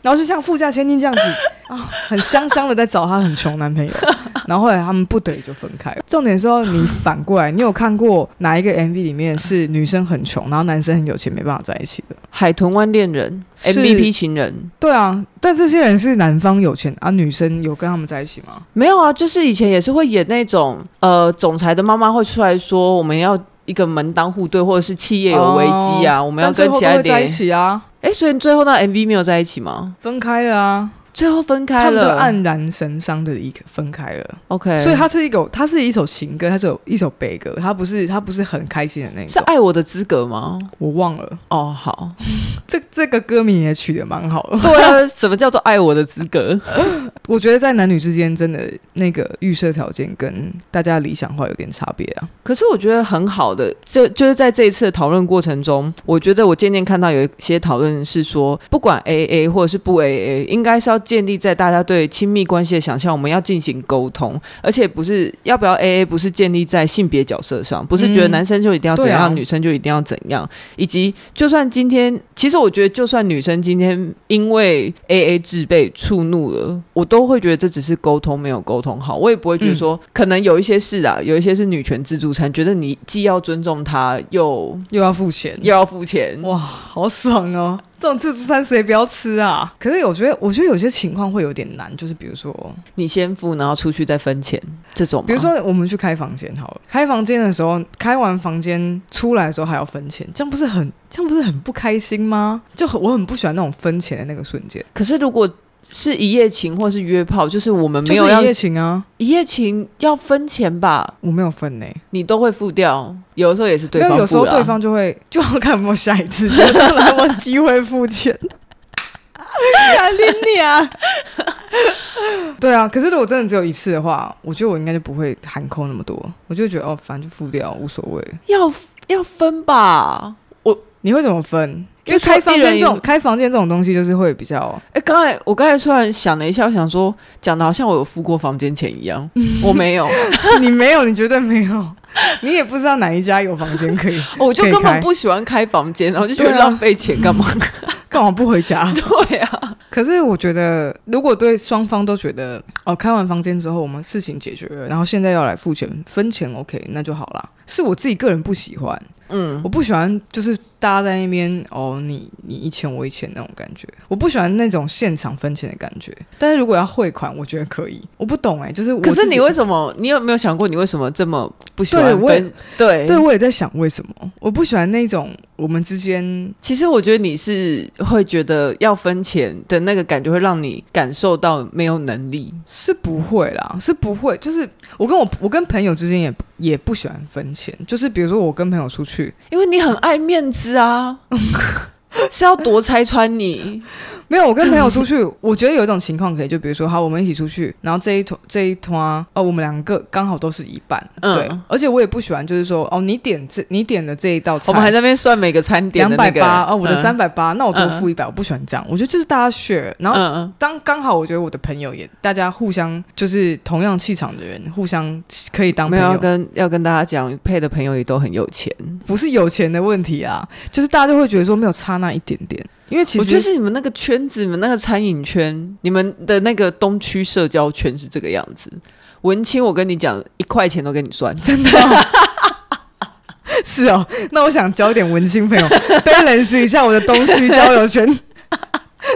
Speaker 2: 然后就像富家千金这样子啊，很香香的在找她很穷男朋友。然后后来他们不得已就分开了。重点是要你反过来，你有看过哪一个 MV 里面是女生很穷，然后男生很有钱，没办法在一起的？
Speaker 1: 海豚湾恋人哎
Speaker 2: 是
Speaker 1: MVP 情人。
Speaker 2: 对啊，但这些人是男方有钱啊，女生有跟他们在一起吗？
Speaker 1: 没有啊，就是以前也是会演那种，呃，总裁的妈妈会出来说我们要一个门当户对，或者是企业有危机啊，
Speaker 2: 哦
Speaker 1: 我们要
Speaker 2: 但最
Speaker 1: 跟
Speaker 2: 后
Speaker 1: 其
Speaker 2: 都
Speaker 1: 他
Speaker 2: 会在一
Speaker 1: 点。
Speaker 2: 起啊，
Speaker 1: 哎、所以最后那 MV 没有在一起吗？
Speaker 2: 分开了啊，
Speaker 1: 最后分开
Speaker 2: 他们就
Speaker 1: 了。
Speaker 2: 黯然神伤的一个分开了。
Speaker 1: OK，
Speaker 2: 所以它是一个，它是一首情歌，它是有一首悲歌，它不是，它不是很开心的那一
Speaker 1: 是啊
Speaker 2: 种。
Speaker 1: 爱我的资格吗？
Speaker 2: 我忘了，
Speaker 1: 哦，好，
Speaker 2: 这这个歌名也取得蛮好的。
Speaker 1: 对啊， 什么叫做爱我的资格？
Speaker 2: 我觉得在男女之间，真的那个预设条件跟大家理想化有点差别啊。
Speaker 1: 可是我觉得很好的，这就是在这一次的讨论过程中，我觉得我渐渐看到有一些讨论是说，不管 A A 或者是不 A A，应该是要建立在大家对亲密关系的想象，我们要进行沟通，而且不是要不要 A A，不是建立在性别角色上，不是觉得
Speaker 2: 嗯
Speaker 1: 男生就一定要怎
Speaker 2: 对啊
Speaker 1: 样，女生就一定要怎样，以及就算今天，其实我觉得就算女生今天因为 A A 制被触怒了，我都会觉得这只是沟通没有沟通好，我也不会觉得说、
Speaker 2: 嗯
Speaker 1: 可能有一些事啊，有一些是女权自助餐，觉得你既要尊重她，又
Speaker 2: 又要付钱，
Speaker 1: 又要付钱。
Speaker 2: 哇，好爽哦！这种自助餐谁不要吃啊？可是我觉得，我觉得有些情况会有点难，就是比如说，
Speaker 1: 你先付，然后出去再分钱，这种吗。
Speaker 2: 比如说我们去开房间好了，开房间的时候，开完房间出来的时候还要分钱，这样不是很这样不是很不开心吗？就很我很不喜欢那种分钱的那个瞬间，
Speaker 1: 可是如果是一夜情或是约炮，就是我们
Speaker 2: 就
Speaker 1: 没有
Speaker 2: 是
Speaker 1: 要
Speaker 2: 一夜情啊，
Speaker 1: 一夜情要分钱吧，
Speaker 2: 我没有分呢、
Speaker 1: 你都会付掉，有的时候也是对
Speaker 2: 没
Speaker 1: 方付啦
Speaker 2: 有，有时候对方就会就要看有没有下一次，就来问机会付钱。 干你
Speaker 1: 啊
Speaker 2: 娘！对啊，可是如果真的只有一次的话，我觉得我应该就不会含扣那么多，我就觉得哦，反正就付掉无所谓。
Speaker 1: 要要分吧。
Speaker 2: 你会怎么分？因
Speaker 1: 就
Speaker 2: 为
Speaker 1: 说
Speaker 2: 开房
Speaker 1: 一人
Speaker 2: 间
Speaker 1: 一
Speaker 2: 这种开房间这种东西，就是会比较
Speaker 1: 哎、刚才我刚才突然想了一下，我想说讲的好像我有付过房间钱一 样，我没有，
Speaker 2: 你没有，你绝对没有，你也不知道哪一家有房 间可以，
Speaker 1: 我就
Speaker 2: 可以
Speaker 1: 根
Speaker 2: 开
Speaker 1: 本不喜欢开房间，然后就觉得
Speaker 2: 对啊
Speaker 1: 浪费钱 干嘛？
Speaker 2: 干嘛不回家？
Speaker 1: 对啊，
Speaker 2: 可是我觉得，如果对双方都觉得哦，开完房间之后我们事情解决了，然后现在要来付钱分钱，OK，那就好啦。是我自己个人不喜欢，
Speaker 1: 嗯，
Speaker 2: 我不喜欢就是大家在那边哦，你你一千我一千那种感觉，我不喜欢那种现场分钱的感觉。但是如果要汇款，我觉得可以。我不懂哎、就是我
Speaker 1: 可是
Speaker 2: 自己
Speaker 1: 你为什么？你有没有想过你为什么这么不喜
Speaker 2: 对
Speaker 1: 欢
Speaker 2: 我也
Speaker 1: 分？对
Speaker 2: 对我也在想为什么我不喜欢那种我们之间
Speaker 1: 其实我觉得你是会觉得要分钱的那个感觉，会让你感受到没有能力。
Speaker 2: 是不会啦，是不会。就是我跟我我跟朋友之间也也不喜欢分钱，就是比如说我跟朋友出去，
Speaker 1: 因为你很爱面子 啊，是要多拆穿你。
Speaker 2: 没有我跟朋友出 去，我觉得有一种情况可以，就比如说好，我们一起出去，然后这一团这一团哦，我们两个刚好都是一半，
Speaker 1: 嗯
Speaker 2: 对，而且我也不喜欢就是说哦，你点这你点的这一道菜，
Speaker 1: 哦我们还在那边算每个餐点
Speaker 2: 两
Speaker 1: 的
Speaker 2: 百
Speaker 1: 那个
Speaker 2: 八哦，我的
Speaker 1: 嗯
Speaker 2: 三百八，那我多
Speaker 1: 嗯
Speaker 2: 付一百，我不喜欢这样，我觉得就是大家 share，然后
Speaker 1: 嗯嗯，
Speaker 2: 当刚好，我觉得我的朋友也大家互相就是同样气场的人，互相可以当
Speaker 1: 没
Speaker 2: 朋
Speaker 1: 有
Speaker 2: 友
Speaker 1: 要，跟要跟大家讲，配的朋友也都很有钱。
Speaker 2: 不是有钱的问题啊，就是大家就会觉得说没有差那一点点，因为其
Speaker 1: 我觉得
Speaker 2: 实
Speaker 1: 是你们那个圈子，你们那个餐饮圈，你们的那个东区社交圈是这个样子。文青，我跟你讲，一块钱都跟你算， 真的
Speaker 2: 是哦。那我想交点文青朋友，balance 一下我的东区交友圈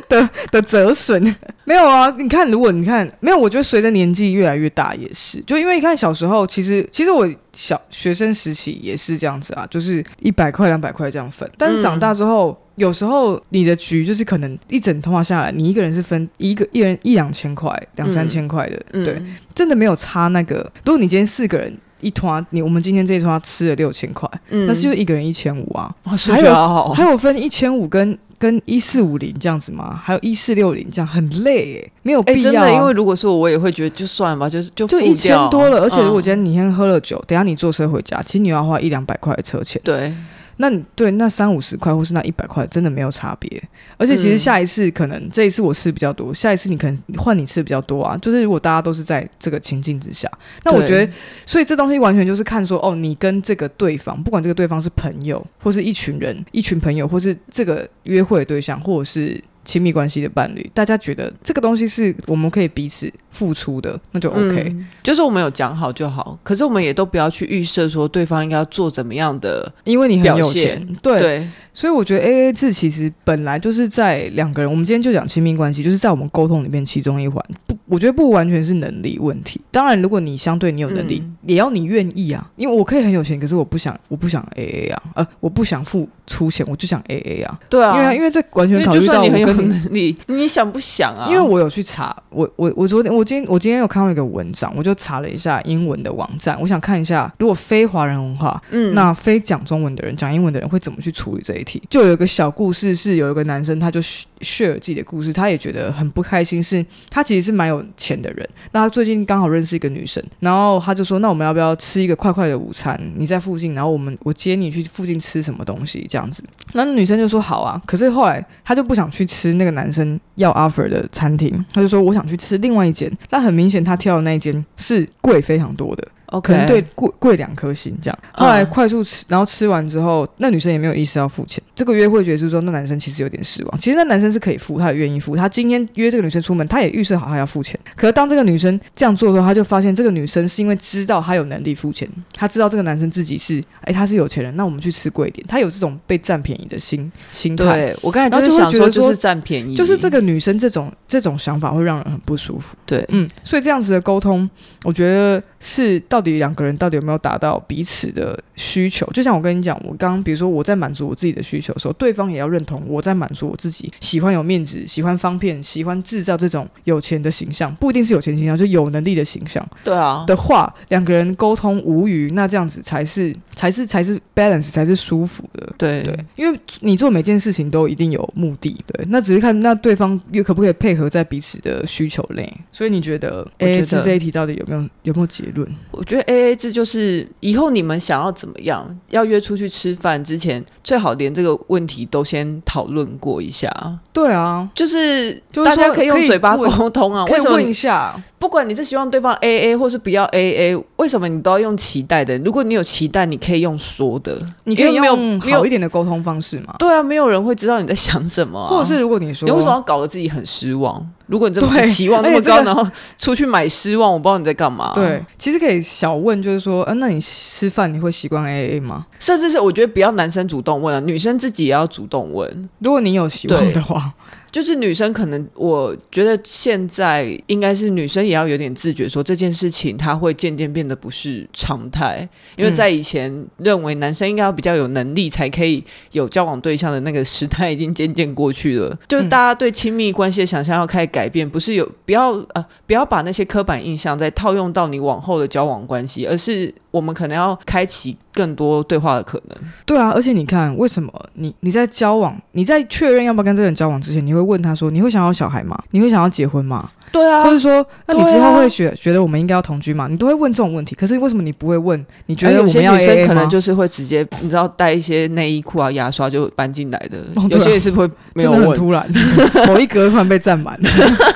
Speaker 2: 的的折损。没有啊，你看，如果你看没有，我觉得随着年纪越来越大也是，就因为你看小时候，其实其实我小学生时期也是这样子啊，就是一百块两百块这样分，但是长大之后。有时候你的局就是可能一整通话下来，你一个人是分一个一人一两千块、两三千块的，
Speaker 1: 嗯
Speaker 2: 对，真的没有差那个。如果你今天四个人一团，你我们今天这一团吃了六千块，
Speaker 1: 嗯哦
Speaker 2: 那是就一个人一千五啊，
Speaker 1: 哇，数
Speaker 2: 还
Speaker 1: 学
Speaker 2: 有
Speaker 1: 好好
Speaker 2: 还有分一千五跟跟一四五零这样子吗？还有一四六零这样很累耶、没有
Speaker 1: 哎、
Speaker 2: 必
Speaker 1: 真
Speaker 2: 要、
Speaker 1: 的，因为
Speaker 2: 啊。
Speaker 1: 如果是我，我也会觉得就算了吧，就是就
Speaker 2: 就
Speaker 1: 付
Speaker 2: 一千
Speaker 1: 掉
Speaker 2: 多了，而且如果
Speaker 1: 嗯
Speaker 2: 今天你先喝了酒，等一下你坐车回家，其实你要花一两百块的车钱。
Speaker 1: 对，
Speaker 2: 那你对那三五十块或是那一百块真的没有差别，而且其实
Speaker 1: 嗯
Speaker 2: 下一次可能、这一次我吃比较多，下一次你可能换你吃比较多啊。就是如果大家都是在这个情境之下，那我
Speaker 1: 对
Speaker 2: 觉得，所以这东西完全就是看说哦，你跟这个对方，不管这个对方是朋友，或是一群人、一群朋友，或是这个约会的对象，或者是亲密关系的伴侣，大家觉得这个东西是我们可以彼此付出的，那就 OK。
Speaker 1: 嗯就是我们有讲好就好，可是我们也都不要去预设说对方应该要做怎么样的，
Speaker 2: 因为你很有
Speaker 1: 表现
Speaker 2: 钱，对，
Speaker 1: 对
Speaker 2: 所以我觉得 A A 制其实本来就是在两个人，我们今天就讲亲密关系，就是在我们沟通里面其中一环。不，我觉得不完全是能力问题。当然，如果你相对你有能力，
Speaker 1: 嗯
Speaker 2: 也要你愿意啊。因为我可以很有钱，可是我不想，我不想 A A 啊，呃，我不想付出钱，我就想 A A 啊。
Speaker 1: 对
Speaker 2: 因
Speaker 1: 啊，
Speaker 2: 为因为这完全考
Speaker 1: 就
Speaker 2: 虑到
Speaker 1: 算
Speaker 2: 我
Speaker 1: 你很有
Speaker 2: 跟你。
Speaker 1: 能力，你想不想啊？
Speaker 2: 因为我有去查，我我我昨天我今天我今天有看到一个文章，我就查了一下英文的网站，我想看一下，如果非华人文化，
Speaker 1: 嗯
Speaker 2: 那非讲中文的人、讲英文的人会怎么去处理这一题？就有一个小故事，是有一个男生，他就 sh- share 自己的故事，他也觉得很不开心，是他其实是蛮有钱的人。那他最近刚好认识一个女生，然后他就说：“那我们要不要吃一个快快的午餐？你在附近，然后我们我接你去附近吃什么东西这样子。”那女生就说：“好啊。”可是后来他就不想去吃那个男生要 offer 的餐厅，他就说：“我想去吃另外一间。”但很明显，他挑的那一间是贵非常多的，可
Speaker 1: OK
Speaker 2: 能对贵贵两颗星这样。后来
Speaker 1: 嗯
Speaker 2: 快速吃，然后吃完之后，那女生也没有意识到付钱。这个约会结束之后，那男生其实有点失望。其实那男生是可以付，他也愿意付。他今天约这个女生出门，他也预设好他要付钱。可是当这个女生这样做的时候，他就发现这个女生是因为知道他有能力付钱，他知道这个男生自己是哎他是有钱人，那我们去吃贵一点。他有这种被占便宜的心心态。
Speaker 1: 对我刚才
Speaker 2: 然后
Speaker 1: 就是
Speaker 2: 就
Speaker 1: 想
Speaker 2: 会觉
Speaker 1: 说，
Speaker 2: 得
Speaker 1: 就
Speaker 2: 说
Speaker 1: 是占便宜，
Speaker 2: 就是这个女生这种这种想法会让人很不舒服。
Speaker 1: 对，
Speaker 2: 嗯，所以这样子的沟通，我觉得是到底两个人到底有没有达到彼此的需求？就像我跟你讲，我刚刚比如说我在满足我自己的需求的时候，对方也要认同我在满足我自己，喜欢有面子，喜欢方便，喜欢制造这种有钱的形象，不一定是有钱形象，就有能力的形象
Speaker 1: 对啊，
Speaker 2: 的话，两个人沟通无余，那这样子才是才是才是 balance 才是舒服的。
Speaker 1: 对
Speaker 2: 对，因为你做每件事情都一定有目的，对，那只是看那对方又可不可以配合在彼此的需求内。所以你觉得
Speaker 1: 我觉
Speaker 2: A
Speaker 1: 得
Speaker 2: 制哎这一题到底有没有有没有结论？
Speaker 1: 我觉得 A A 制就是以后你们想要怎么样，要约出去吃饭之前，最好连这个问题都先讨论过一下。
Speaker 2: 对啊，
Speaker 1: 就是
Speaker 2: 就是
Speaker 1: 大家
Speaker 2: 说
Speaker 1: 可以用
Speaker 2: 可以
Speaker 1: 嘴巴
Speaker 2: 问
Speaker 1: 沟通啊，
Speaker 2: 可
Speaker 1: 为
Speaker 2: 以
Speaker 1: 什么
Speaker 2: 问
Speaker 1: 你
Speaker 2: 一下，
Speaker 1: 不管你是希望对方 A A 或是不要 A A，为什么你都要用期待的？如果你有期待，你可以用说的。
Speaker 2: 你可以
Speaker 1: 因为没有
Speaker 2: 用
Speaker 1: 没有
Speaker 2: 好一点的沟通方式嘛？
Speaker 1: 对啊，没有人会知道你在想什么、啊，
Speaker 2: 或者是如果你说
Speaker 1: 你为什么要搞得自己很失望？如果你这么
Speaker 2: 对
Speaker 1: 期望那么
Speaker 2: 而且这
Speaker 1: 高，
Speaker 2: 个
Speaker 1: 然后出去买失望，我不知道你在干嘛。
Speaker 2: 对，，其实可以小问，就是说，嗯、那你吃饭你会习惯 A A 吗？
Speaker 1: 甚至是我觉得不要男生主动问啊，女生自己也要主动问。
Speaker 2: 如果你有习惯
Speaker 1: 对
Speaker 2: 的话，
Speaker 1: 就是女生可能，我觉得现在应该是女生也要有点自觉，说这件事情它会渐渐变得不是常态，因为在以前认为男生应该要比较有能力才可以有交往对象的那个时代已经渐渐过去了，就是大家对亲密关系的想象要开始改变，不是有不要呃不要把那些刻板印象再套用到你往后的交往关系，而是我们可能要开启更多对话的可能。
Speaker 2: 对啊，而且你看，为什么你你在交往，你在确认要不要跟这个人交往之前，你会问他说，你会想要小孩吗？你会想要结婚吗？
Speaker 1: 对啊
Speaker 2: 或者说，那你
Speaker 1: 对
Speaker 2: 之后
Speaker 1: 啊
Speaker 2: 会觉、觉得我们应该要同居吗？你都会问这种问题，可是为什么你不会问？你觉
Speaker 1: 而
Speaker 2: 得
Speaker 1: 哎
Speaker 2: 我
Speaker 1: 有
Speaker 2: 们
Speaker 1: 些
Speaker 2: 要
Speaker 1: 女
Speaker 2: A
Speaker 1: 生
Speaker 2: A
Speaker 1: 可
Speaker 2: 吗
Speaker 1: 能？就是会直接，你知道带一些内衣裤啊、牙刷就搬进来的，
Speaker 2: 哦
Speaker 1: 有
Speaker 2: 对啊
Speaker 1: 些也是会没
Speaker 2: 真
Speaker 1: 有
Speaker 2: 的很
Speaker 1: 问。
Speaker 2: 突然， 某一格突然被占满了。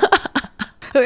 Speaker 2: 哎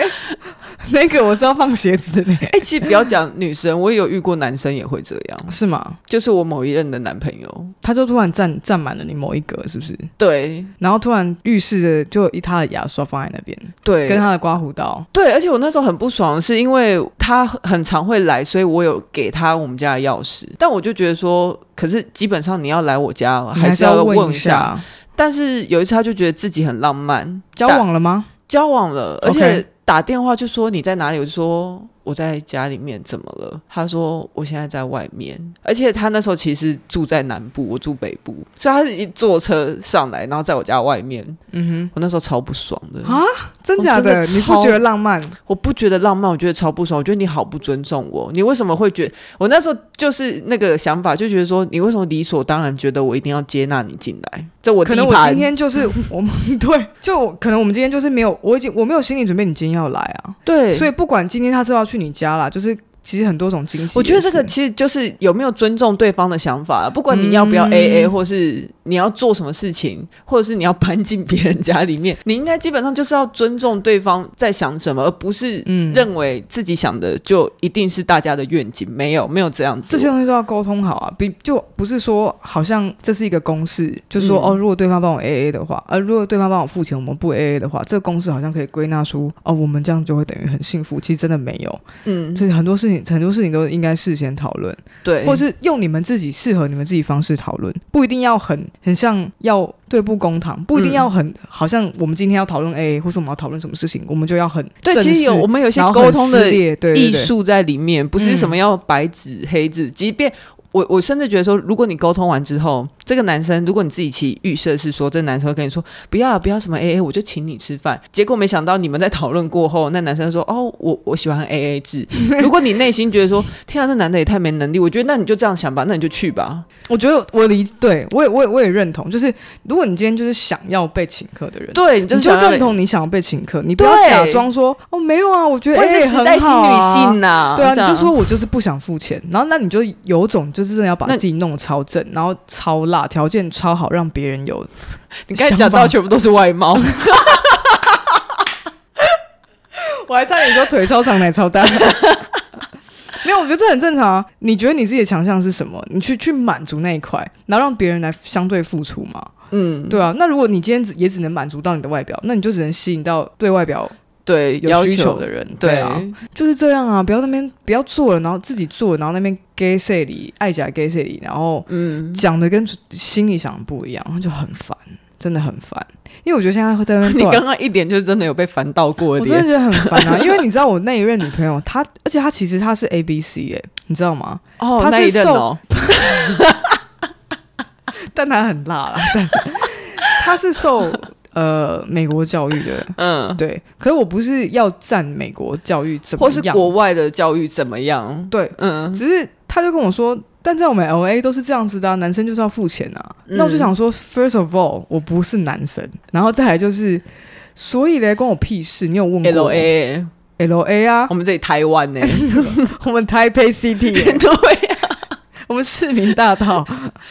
Speaker 2: 那个我是要放鞋子 的呢，
Speaker 1: 哎、其实不要讲女生，我也有遇过男生也会这样，
Speaker 2: 是吗？
Speaker 1: 就是我某一任的男朋友，
Speaker 2: 他就突然占占满了你某一格，是不是？
Speaker 1: 对
Speaker 2: 然后突然浴室的就有一他的牙刷放在那边，
Speaker 1: 对，
Speaker 2: 跟他的刮胡刀，
Speaker 1: 对，而且我那时候很不爽，是因为他很常会来，所以我有给他我们家的钥匙，但我就觉得说，可是基本上你要来我家
Speaker 2: 你
Speaker 1: 还
Speaker 2: 是
Speaker 1: 是要
Speaker 2: 问
Speaker 1: 一下。。但是有一次他就觉得自己很浪漫，
Speaker 2: 交
Speaker 1: 打
Speaker 2: 往了吗？
Speaker 1: 交往了，而
Speaker 2: OK
Speaker 1: 且打电话就说你在哪里，我就说我在家里面，怎么了？他说我现在在外面，而且他那时候其实住在南部，我住北部，所以他是一坐车上来，然后在我家外面，
Speaker 2: 嗯
Speaker 1: 我那时候超不爽的，
Speaker 2: 啊哼，真
Speaker 1: 我
Speaker 2: 假
Speaker 1: 哦真的
Speaker 2: 的？你不
Speaker 1: 超
Speaker 2: 觉得浪漫？
Speaker 1: 我不觉得浪漫，我觉得超不爽，我觉得你好不尊重我，你为什么会觉我那时候就是那个想法，就觉得说你为什么理所当然觉得我一定要接纳你进来？这我第
Speaker 2: 可
Speaker 1: 一
Speaker 2: 能
Speaker 1: 盘
Speaker 2: 我今天就是我们 对，就我可能我们今天就是没有，我已经我没有心理准备，你今天要来啊，
Speaker 1: 对，
Speaker 2: 所以不管今天他是要去你家啦，就是其实很多种惊喜。
Speaker 1: 我觉得这个其实就是有没有尊重对方的想法、不管你要不要
Speaker 2: 嗯
Speaker 1: A A，、或是你要做什么事情，或者是你要搬进别人家里 面，你应该基本上就是要尊重对方在想什么，而不是
Speaker 2: 嗯
Speaker 1: 认为自己想的就一定是大家的愿景。没有，没有这样子。
Speaker 2: 这些东西都要沟通好啊，比就不是说好像这是一个公式，就是说、
Speaker 1: 嗯
Speaker 2: 哦，如果对方帮我 A A 的话，呃，如果对方帮我付钱，我们不 A A 的话，这个公式好像可以归纳出哦，我们这样就会等于很幸福。其实真的没有，
Speaker 1: 嗯，
Speaker 2: 这很多事情很多事情都应该事先讨论，
Speaker 1: 对，
Speaker 2: 或是用你们自己适合你们自己方式讨论，不一定要很很像要对簿公堂，不一定要很、
Speaker 1: 嗯
Speaker 2: 好像我们今天要讨论 A A，或是我们要讨论什么事情，我们就要很
Speaker 1: 对，
Speaker 2: 正
Speaker 1: 其实有
Speaker 2: 式
Speaker 1: 我们有一些
Speaker 2: 然后
Speaker 1: 沟
Speaker 2: 很
Speaker 1: 通的
Speaker 2: 撕裂对对嗯
Speaker 1: 艺
Speaker 2: 对
Speaker 1: 术在里面，不是什么要白纸黑字。即便我我甚至觉得说，如果你沟通完之后，这个男生如果你自己起预设是说，这男生会跟你说不要不要什么 A A，我就请你吃饭。结果没想到你们在讨论过后，那男生说哦，我我喜欢 A A 制。 如果你内心觉得说，天啊，这男的也太没能力，我觉得那你就这样想吧，那你就去 吧。
Speaker 2: 我觉得我理对我也我也我也认同，就是如果你今天就是想要被请客的人，
Speaker 1: 对，你就
Speaker 2: 你
Speaker 1: 是
Speaker 2: 就
Speaker 1: 想要
Speaker 2: 认。同你想要被请客，你不要
Speaker 1: 对
Speaker 2: 假装说哦没有啊，我觉得
Speaker 1: 我也
Speaker 2: A
Speaker 1: 是
Speaker 2: A
Speaker 1: 时代
Speaker 2: 很
Speaker 1: 新
Speaker 2: 好啊
Speaker 1: 女性呐、
Speaker 2: 对啊，
Speaker 1: 这
Speaker 2: 你
Speaker 1: 样
Speaker 2: 就说我就是不想付钱，然后那你就有种就是真的要把
Speaker 1: 那
Speaker 2: 自己弄得超正，然后超辣，条件超好，让别人有
Speaker 1: 你刚才
Speaker 2: 想
Speaker 1: 讲
Speaker 2: 法
Speaker 1: 到全部都是外貌，
Speaker 2: 我还差点说腿超长奶超大。 没有，我觉得这很正常啊。你觉得你自己的强项是什么？你去去满足那一块，然后让别人来相对付出嘛。
Speaker 1: 嗯，
Speaker 2: 对啊，那如果你今天只也只能满足到你的外表，那你就只能吸引到对外表
Speaker 1: 对，
Speaker 2: 有
Speaker 1: 要
Speaker 2: 需
Speaker 1: 求
Speaker 2: 求的人。
Speaker 1: 对
Speaker 2: 啊，就是这样啊，不要那边不要做了，然后自己做了，然后那边 gay 塞里爱假 gay 塞里，然后
Speaker 1: 嗯，
Speaker 2: 讲的跟心里想的不一样，然后就很烦，真的很烦。因为我觉得现在会在那 边
Speaker 1: 你
Speaker 2: 断
Speaker 1: 刚刚一点就真的有被烦到过
Speaker 2: 我
Speaker 1: 的
Speaker 2: 真的
Speaker 1: 脸，
Speaker 2: 觉得很烦 啊，因为你知道我那一任女朋友，她而且她其实她是 A B C 哎、你知道吗？
Speaker 1: 哦
Speaker 2: 他
Speaker 1: 那
Speaker 2: 是
Speaker 1: 一任
Speaker 2: 受
Speaker 1: 哦，
Speaker 2: 但她很辣啦， 但她是受呃美国教育的，
Speaker 1: 嗯，
Speaker 2: 对。可是我不是要赞美国教育怎么
Speaker 1: 或
Speaker 2: 样，
Speaker 1: 是国外的教育怎么样？
Speaker 2: 对，
Speaker 1: 嗯，
Speaker 2: 只是她就跟我说。但在我们 L A 都是这样子的、啊，男生就是要付钱啊。
Speaker 1: 嗯
Speaker 2: 那我就想说，first of all，我不是男生，然后再来就是，所以嘞，关我屁事。你有问过
Speaker 1: L
Speaker 2: 我
Speaker 1: A，哦
Speaker 2: L A 啊
Speaker 1: 我，们这里台湾呢，
Speaker 2: 我们台北 City，耶、
Speaker 1: 对呀，
Speaker 2: 我们市民大道。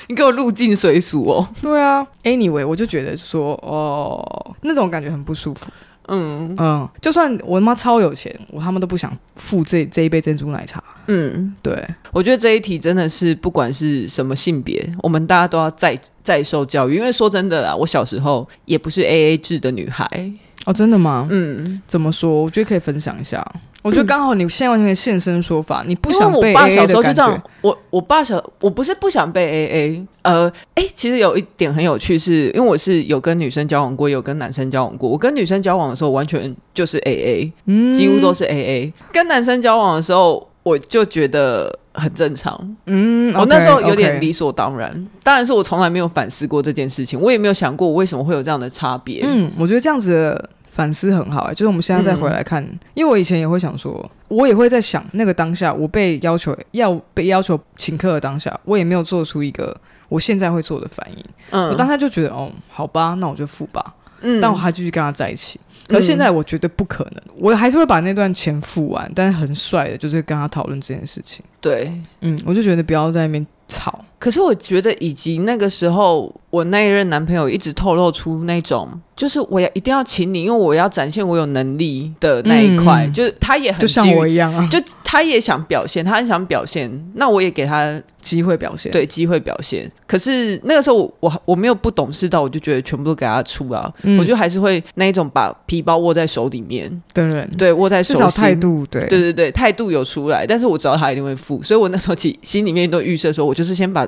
Speaker 1: 你给我入境随俗哦，
Speaker 2: 对啊，anyway，我就觉得说，哦，那种感觉很不舒服。
Speaker 1: 嗯
Speaker 2: 嗯，就算我他妈超有钱，我他妈都不想付这这一杯珍珠奶茶。
Speaker 1: 嗯，
Speaker 2: 对，
Speaker 1: 我觉得这一题真的是不管是什么性别，我们大家都要再再受教育，因为说真的啦，我小时候也不是 A A 制的女孩，
Speaker 2: 哦，真的吗？
Speaker 1: 嗯，
Speaker 2: 怎么说？我觉得可以分享一下。我觉得刚好你现在完全可以现身说法，你不
Speaker 1: 因为
Speaker 2: 想被
Speaker 1: 我爸
Speaker 2: A
Speaker 1: 小
Speaker 2: A
Speaker 1: 时
Speaker 2: 的
Speaker 1: 候就
Speaker 2: 感
Speaker 1: 这样
Speaker 2: 觉。，
Speaker 1: 我我爸小我不是不想被 AA，呃，哎、其实有一点很有趣是，因为我是有跟女生交往过，有跟男生交往过。我跟女生交往的时候，完全就是 AA，
Speaker 2: 嗯
Speaker 1: 几乎都是 AA、跟男生交往的时候，我就觉得很正常。
Speaker 2: 嗯，
Speaker 1: 我那时候有
Speaker 2: OK，OK
Speaker 1: 点理所当然，当然是我从来没有反思过这件事情，我也没有想过我为什么会有这样的差别。
Speaker 2: 嗯，我觉得这样子的反思很好、欸，就是我们现在再回
Speaker 1: 嗯
Speaker 2: 来看，因为我以前也会想说，我也会在想那个当下，我被要求要被要求请客的当下，我也没有做出一个我现在会做的反应，
Speaker 1: 嗯
Speaker 2: 我当下就觉得哦，好吧，那我就付吧，
Speaker 1: 嗯
Speaker 2: 但我还继续跟他在一起。可是现在我绝对不可能，我还是会把那段钱付完，但是很帅的，就是跟他讨论这件事情。
Speaker 1: 对，
Speaker 2: 嗯，我就觉得不要在那边吵，
Speaker 1: 可是我觉得，以及那个时候，我那一任男朋友一直透露出那种，就是我要一定要请你，因为我要展现我有能力的那一块，
Speaker 2: 嗯
Speaker 1: 就是他也很
Speaker 2: 就像
Speaker 1: 基于
Speaker 2: 我一样啊，
Speaker 1: 就他也想表现，他很想表现，那我也给他
Speaker 2: 机会表现。，
Speaker 1: 对机会表现。可是那个时候我我我没有不懂事到，我就觉得全部都给他出啊，
Speaker 2: 嗯
Speaker 1: 我就还是会那一种把皮包握在手里面，
Speaker 2: 的人，
Speaker 1: 对，握在
Speaker 2: 至
Speaker 1: 手
Speaker 2: 少
Speaker 1: 心
Speaker 2: 态度对。
Speaker 1: 对对对，态度有出来，但是我知道他一定会付，所以我那时候其心里面都预设说，我就是先把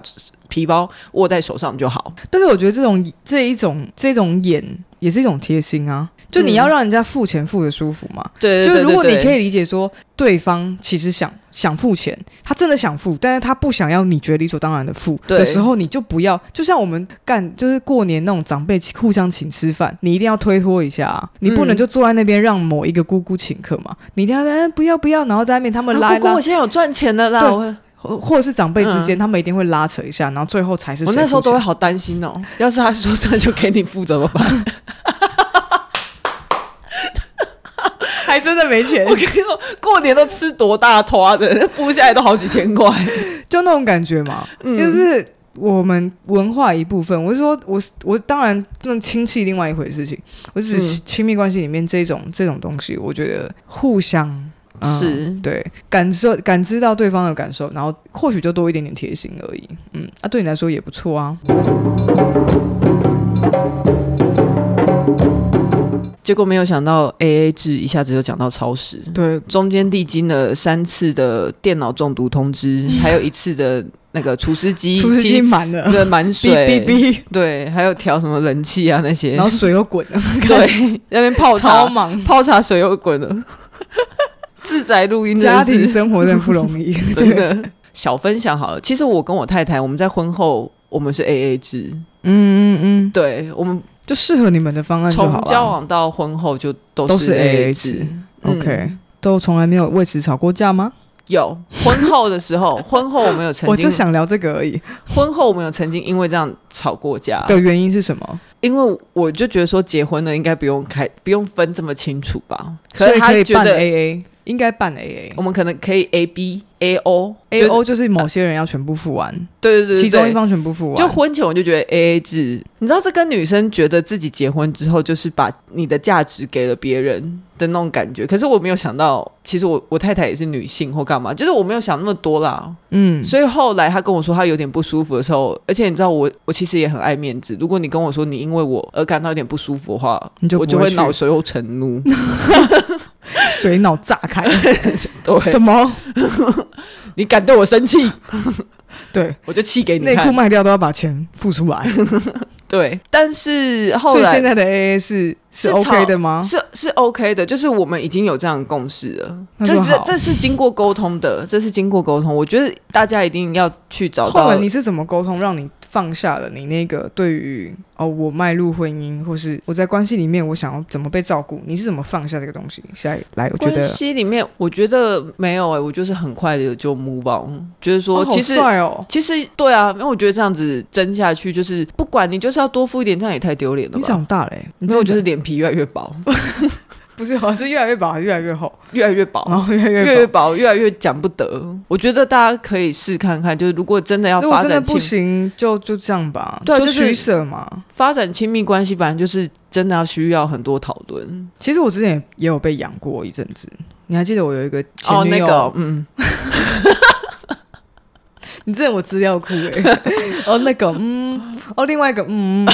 Speaker 1: 皮包握在手上就好。
Speaker 2: 但是我觉得这种这一种这种演也是一种贴心啊，就
Speaker 1: 嗯
Speaker 2: 你要让人家付钱付的舒服嘛。
Speaker 1: 对
Speaker 2: 就
Speaker 1: 对对
Speaker 2: 是如果你可
Speaker 1: 以，
Speaker 2: 以理解说，对方其实想想付钱，他真的想付，但是他不想要你觉得理所当然的付
Speaker 1: 对
Speaker 2: 的时候，你就不要。就像我们干，就是过年那种长辈互相请吃饭，你一定要推脱一下啊，你不能
Speaker 1: 嗯
Speaker 2: 就坐在那边让某一个姑姑请客嘛，你一定要、哎不要不要，然后在那边他们拉
Speaker 1: 啊
Speaker 2: 一
Speaker 1: 姑
Speaker 2: 拉
Speaker 1: 姑，我。现在有赚钱的啦，
Speaker 2: 对
Speaker 1: 我
Speaker 2: 或或者是长辈之间，他们一定会拉扯一下，然后最后才是
Speaker 1: 我
Speaker 2: 谁
Speaker 1: 那时候
Speaker 2: 付
Speaker 1: 都
Speaker 2: 钱
Speaker 1: 会好担心哦，要是他说这就给你付怎么办？
Speaker 2: 还真的没 钱
Speaker 1: 我，跟你说，过年都吃多大坨的，付下来都好几千 块。
Speaker 2: 就那种感觉嘛。
Speaker 1: 嗯
Speaker 2: 就是我们文化一部分。我是说，我我当然那亲戚另外一回事情，我只是
Speaker 1: 嗯
Speaker 2: 亲密关系里面这种这种东西，我觉得互相。嗯
Speaker 1: 是
Speaker 2: 对感受感知到对方的感受，然后或许就多一点点贴心而已。嗯，啊，对你来说也不错啊。
Speaker 1: 结果没有想到 A A 制一下子就讲到超时，
Speaker 2: 对，
Speaker 1: 中间历经了三次的电脑中毒通 知，还有一次的那个除湿机
Speaker 2: 厨师机满了，
Speaker 1: 的满
Speaker 2: 哔哔
Speaker 1: 水，
Speaker 2: 哔，
Speaker 1: 对，还有调什么冷气啊那些
Speaker 2: 然，后水 又滚了，
Speaker 1: 对，那边泡
Speaker 2: 超
Speaker 1: 茶，
Speaker 2: 忙。
Speaker 1: 泡茶水又滚了， 自宅录音真的
Speaker 2: 家庭
Speaker 1: 是
Speaker 2: 生活真的不容易，
Speaker 1: 真的小分享好了。其实我跟我太太，我们在婚后我们是 A A 制，
Speaker 2: 嗯嗯嗯，
Speaker 1: 对我们
Speaker 2: 就适合你们的方案就好啊
Speaker 1: 从交
Speaker 2: 了。
Speaker 1: 往到婚后就都
Speaker 2: 都是
Speaker 1: A
Speaker 2: AA
Speaker 1: 制
Speaker 2: 制。
Speaker 1: 嗯
Speaker 2: OK，都从来没有为此吵过架吗？
Speaker 1: 有婚后的时候，婚后我们有曾
Speaker 2: 我
Speaker 1: 经
Speaker 2: 就，想聊这个而已。
Speaker 1: 婚后我们有曾经因为这样吵过架。
Speaker 2: 的原因是什么？
Speaker 1: 因为我就觉得说结婚了应该不用开，不用分这么清楚吧。
Speaker 2: 所
Speaker 1: 是
Speaker 2: 以
Speaker 1: 他
Speaker 2: 可以
Speaker 1: 觉
Speaker 2: 办
Speaker 1: 得
Speaker 2: AA，应该办 AA
Speaker 1: 我。们可能可以 A B A O
Speaker 2: A O
Speaker 1: 就
Speaker 2: 就是某些人要全部付完，
Speaker 1: 对对对，对
Speaker 2: 其中一。方全部付完。
Speaker 1: 就婚前我就觉得 A A 制，你知道这跟女生觉得自己结婚之后就是把你的价值给了别人的那种感觉。可是我没有想到，其实我我太太也是女性或干嘛，嗯就是我没有想那么多啦。
Speaker 2: 嗯，
Speaker 1: 所以后来他跟我说他有点不舒服的时候，而且你知道我我其实也很爱面子。如果你跟我说你因为我而感到有点不舒服的话，
Speaker 2: 你就
Speaker 1: 我
Speaker 2: 不
Speaker 1: 就
Speaker 2: 会
Speaker 1: 会
Speaker 2: 去
Speaker 1: 恼羞成 怒。
Speaker 2: 水脑炸开，什
Speaker 1: 对，
Speaker 2: 么？
Speaker 1: 你敢对我生气，
Speaker 2: 对，
Speaker 1: 我就气给你
Speaker 2: 内裤
Speaker 1: 看。
Speaker 2: 卖掉都要把钱付出来。
Speaker 1: 对，但是 后
Speaker 2: 所以
Speaker 1: 来
Speaker 2: 现在的 AA 是
Speaker 1: 是
Speaker 2: 是
Speaker 1: 吵
Speaker 2: OK 的吗？
Speaker 1: 是是 OK 的，就是我们已经有这样的共识了。
Speaker 2: 那
Speaker 1: 这
Speaker 2: 就好
Speaker 1: 这这是经过沟通的，这是经过沟通。我觉得大家一定要去找
Speaker 2: 后
Speaker 1: 到
Speaker 2: 来你是怎么沟通，让你放下了你那个对于哦，我迈入婚姻，或是我在关系里面，我想要怎么被照顾？你是怎么放下这个东西？下一来，我觉
Speaker 1: 关
Speaker 2: 得
Speaker 1: 系里面，我觉得没有哎、我就是很快的就 move on，就是说
Speaker 2: 哦好
Speaker 1: 其实。
Speaker 2: 帅哦，
Speaker 1: 其实对啊，因为我觉得这样子争下去，就是不管你就是要多付一点，这样也太丢脸了
Speaker 2: 你
Speaker 1: 吧？
Speaker 2: 长大了欸，你
Speaker 1: 没有，
Speaker 2: 真
Speaker 1: 就
Speaker 2: 的
Speaker 1: 是脸皮越来越薄，
Speaker 2: 不是，我是越来越薄，还是越来越厚，
Speaker 1: 越来越薄，
Speaker 2: 然后越来
Speaker 1: 哦越
Speaker 2: 越
Speaker 1: 来
Speaker 2: 薄。
Speaker 1: 越薄，越来越讲不得。我觉得大家可以试看看，就是如果真的要
Speaker 2: 如果
Speaker 1: 发
Speaker 2: 真的
Speaker 1: 展
Speaker 2: 不
Speaker 1: 亲
Speaker 2: 行，就就这样吧，
Speaker 1: 对啊
Speaker 2: 就
Speaker 1: 就是
Speaker 2: 取舍嘛。
Speaker 1: 发展亲密关系，反正就是真的要需要很多讨论。
Speaker 2: 其实我之前也也有被养过一阵子，你还记得我有一个前
Speaker 1: 哦，
Speaker 2: 女
Speaker 1: 那
Speaker 2: 友？
Speaker 1: 个，嗯，
Speaker 2: 你这我资料库哎、 哦，那个，嗯，哦，另外一个，嗯，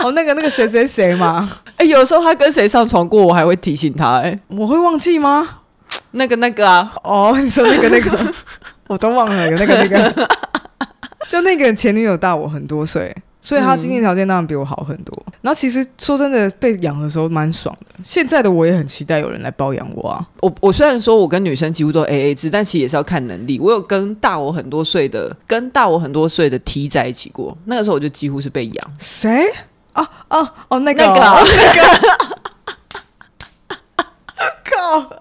Speaker 2: 哦，那个那个谁谁谁嘛，
Speaker 1: 哎、有时候他跟谁上床过，我还会提醒他、 哎，
Speaker 2: 我会忘记吗？
Speaker 1: 那个那个啊，
Speaker 2: 哦，你说那个那个， 我都忘了有那个 那个，就那个前女友大我很多岁，所以她
Speaker 1: 嗯
Speaker 2: 经济条件当然比我好很多。然后其实说真的，被养的时候蛮爽的。现在的我也很期待有人来包养我啊。
Speaker 1: 我我虽然说我跟女生几乎都 A A 制，但其实也是要看能力。我有跟大我很多岁的，跟大我很多岁的 T 在一起过，那个时候我就几乎是被养。
Speaker 2: 谁？哦哦哦，那个
Speaker 1: 那个啊
Speaker 2: 哦那个，靠，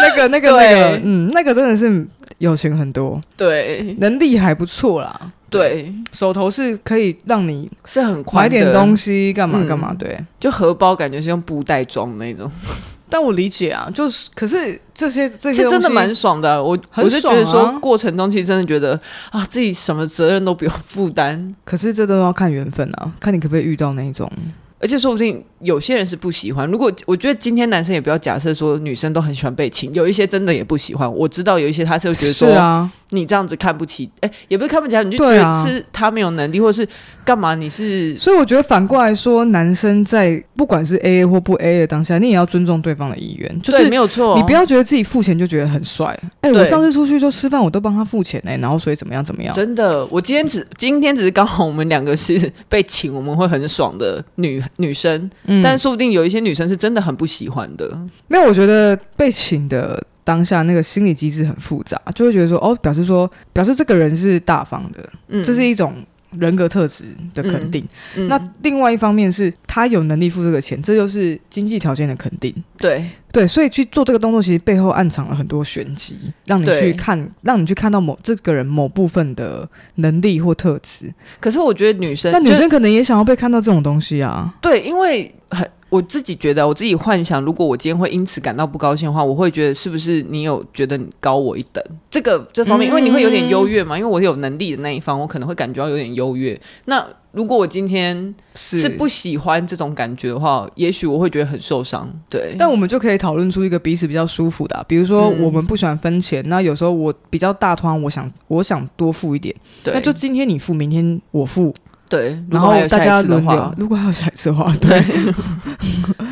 Speaker 2: 那个那个那个
Speaker 1: 对，
Speaker 2: 嗯，那个真的是友情很多，
Speaker 1: 对
Speaker 2: 能力还不错啦。
Speaker 1: 对，
Speaker 2: 手头是可以让你
Speaker 1: 是很宽
Speaker 2: 买
Speaker 1: 的
Speaker 2: 点东西干嘛
Speaker 1: 嗯
Speaker 2: 干嘛，对。
Speaker 1: 就荷包感觉是用布袋装那种，
Speaker 2: 但我理解啊，就是可是这些这些
Speaker 1: 是真的
Speaker 2: 东西
Speaker 1: 蛮爽的啊、我
Speaker 2: 很
Speaker 1: 我是觉
Speaker 2: 爽
Speaker 1: 得说
Speaker 2: 啊，
Speaker 1: 过程中其实真的觉得啊，自己什么责任都不用负担，
Speaker 2: 可是这都要看缘分啊，看你可不可以遇到那一种。
Speaker 1: 而且说不定有些人是不喜欢。如果我觉得今天男生也不要假设说女生都很喜欢被亲，有一些真的也不喜欢。我知道有一些他是会觉得
Speaker 2: 是
Speaker 1: 说、
Speaker 2: 啊，
Speaker 1: 你这样子看不起，哎、也不是看不起他，你就觉
Speaker 2: 对
Speaker 1: 得
Speaker 2: 啊
Speaker 1: 是他没有能力，或者是干嘛？你是
Speaker 2: 所以我觉得反过来说，男生在不管是 A A 或不 A A 的当下，你也要尊重对方的意愿，就
Speaker 1: 对
Speaker 2: 是
Speaker 1: 没有错，
Speaker 2: 你不要觉得自己付钱就觉得很帅。哎、我
Speaker 1: 对
Speaker 2: 上次出去就吃饭，我都帮他付钱哎、然后所以怎么样怎么样。
Speaker 1: 真的。我今天只今天只是刚好我们两个是被请，我们会很爽的女女生，
Speaker 2: 嗯
Speaker 1: 但说不定有一些女生是真的很不喜欢的。
Speaker 2: 没有，我觉得被请的当下那个心理机制很复杂，就会觉得说哦，表示说表示这个人是大方的，
Speaker 1: 嗯，
Speaker 2: 这是一种。人格特质的肯定，
Speaker 1: 嗯
Speaker 2: 那另外一方面是他有能力付这个钱，这就是经济条件的肯定。
Speaker 1: 对
Speaker 2: 对，所以去做这个动作，其实背后暗藏了很多玄机，让你
Speaker 1: 对
Speaker 2: 去看，让你去看到某这个人某部分的能力或特质。
Speaker 1: 可是我觉得女生，
Speaker 2: 但女
Speaker 1: 就
Speaker 2: 生可能也想要被看到这种东西啊。
Speaker 1: 对，因为很。我自己觉得，我自己幻想，如果我今天会因此感到不高兴的话，我会觉得是不是你有觉得你高我一等？这个这
Speaker 2: 嗯
Speaker 1: 方面，因为你会有点优越嘛，因为我有能力的那一方，我可能会感觉到有点优越。那如果我今天
Speaker 2: 是
Speaker 1: 是不喜欢这种感觉的话，也许我会觉得很受伤。对，
Speaker 2: 但我们就可以讨论出一个彼此比较舒服的啊、比如
Speaker 1: 嗯
Speaker 2: 说我们不喜欢分钱，那有时候我比较大团，我想我想多付一点，
Speaker 1: 对
Speaker 2: 那就今天你付，明天我付，
Speaker 1: 对，
Speaker 2: 然后大家
Speaker 1: 如果还有下一次的
Speaker 2: 轮流
Speaker 1: 话。，
Speaker 2: 如果还有下一次的话，对，
Speaker 1: 对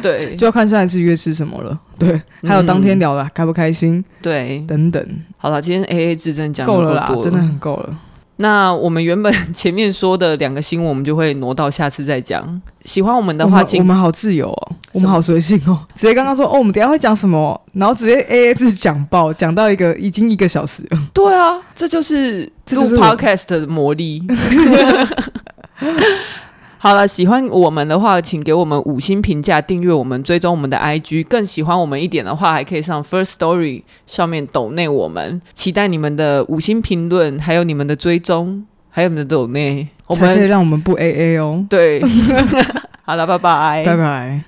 Speaker 1: 对嗯
Speaker 2: 就要看下一次约吃什么了，对，还有当天聊的、开不开心
Speaker 1: 对，
Speaker 2: 等等，
Speaker 1: 好了，今天 A A 制真的讲得
Speaker 2: 够了啦
Speaker 1: 够多，
Speaker 2: 真的很够了。
Speaker 1: 那我们原本前面说的两个新闻，我们就会挪到下次再讲。喜欢我们的
Speaker 2: 我
Speaker 1: 话，
Speaker 2: 们我
Speaker 1: 请
Speaker 2: 们好自由哦，我
Speaker 1: 什
Speaker 2: 们
Speaker 1: 么
Speaker 2: 好随性哦，直接刚刚说哦，我们等一下会讲什么，然后直接 A A 制讲爆，讲到一个已经一个小时了。
Speaker 1: 对啊，这就是
Speaker 2: 这
Speaker 1: 录
Speaker 2: 就是我
Speaker 1: podcast 的魔力。 好了，喜欢我们的话，请给我们五星评价、订阅我们、追踪我们的 IG。更喜欢我们一点的话，还可以上 First Story 上面抖内我们。期待你们的五星评论，还有你们的追踪，还有你们的抖内。我
Speaker 2: 才可以
Speaker 1: 们
Speaker 2: 让我们不 A A 哦，
Speaker 1: 对，好了，拜拜，
Speaker 2: 拜拜。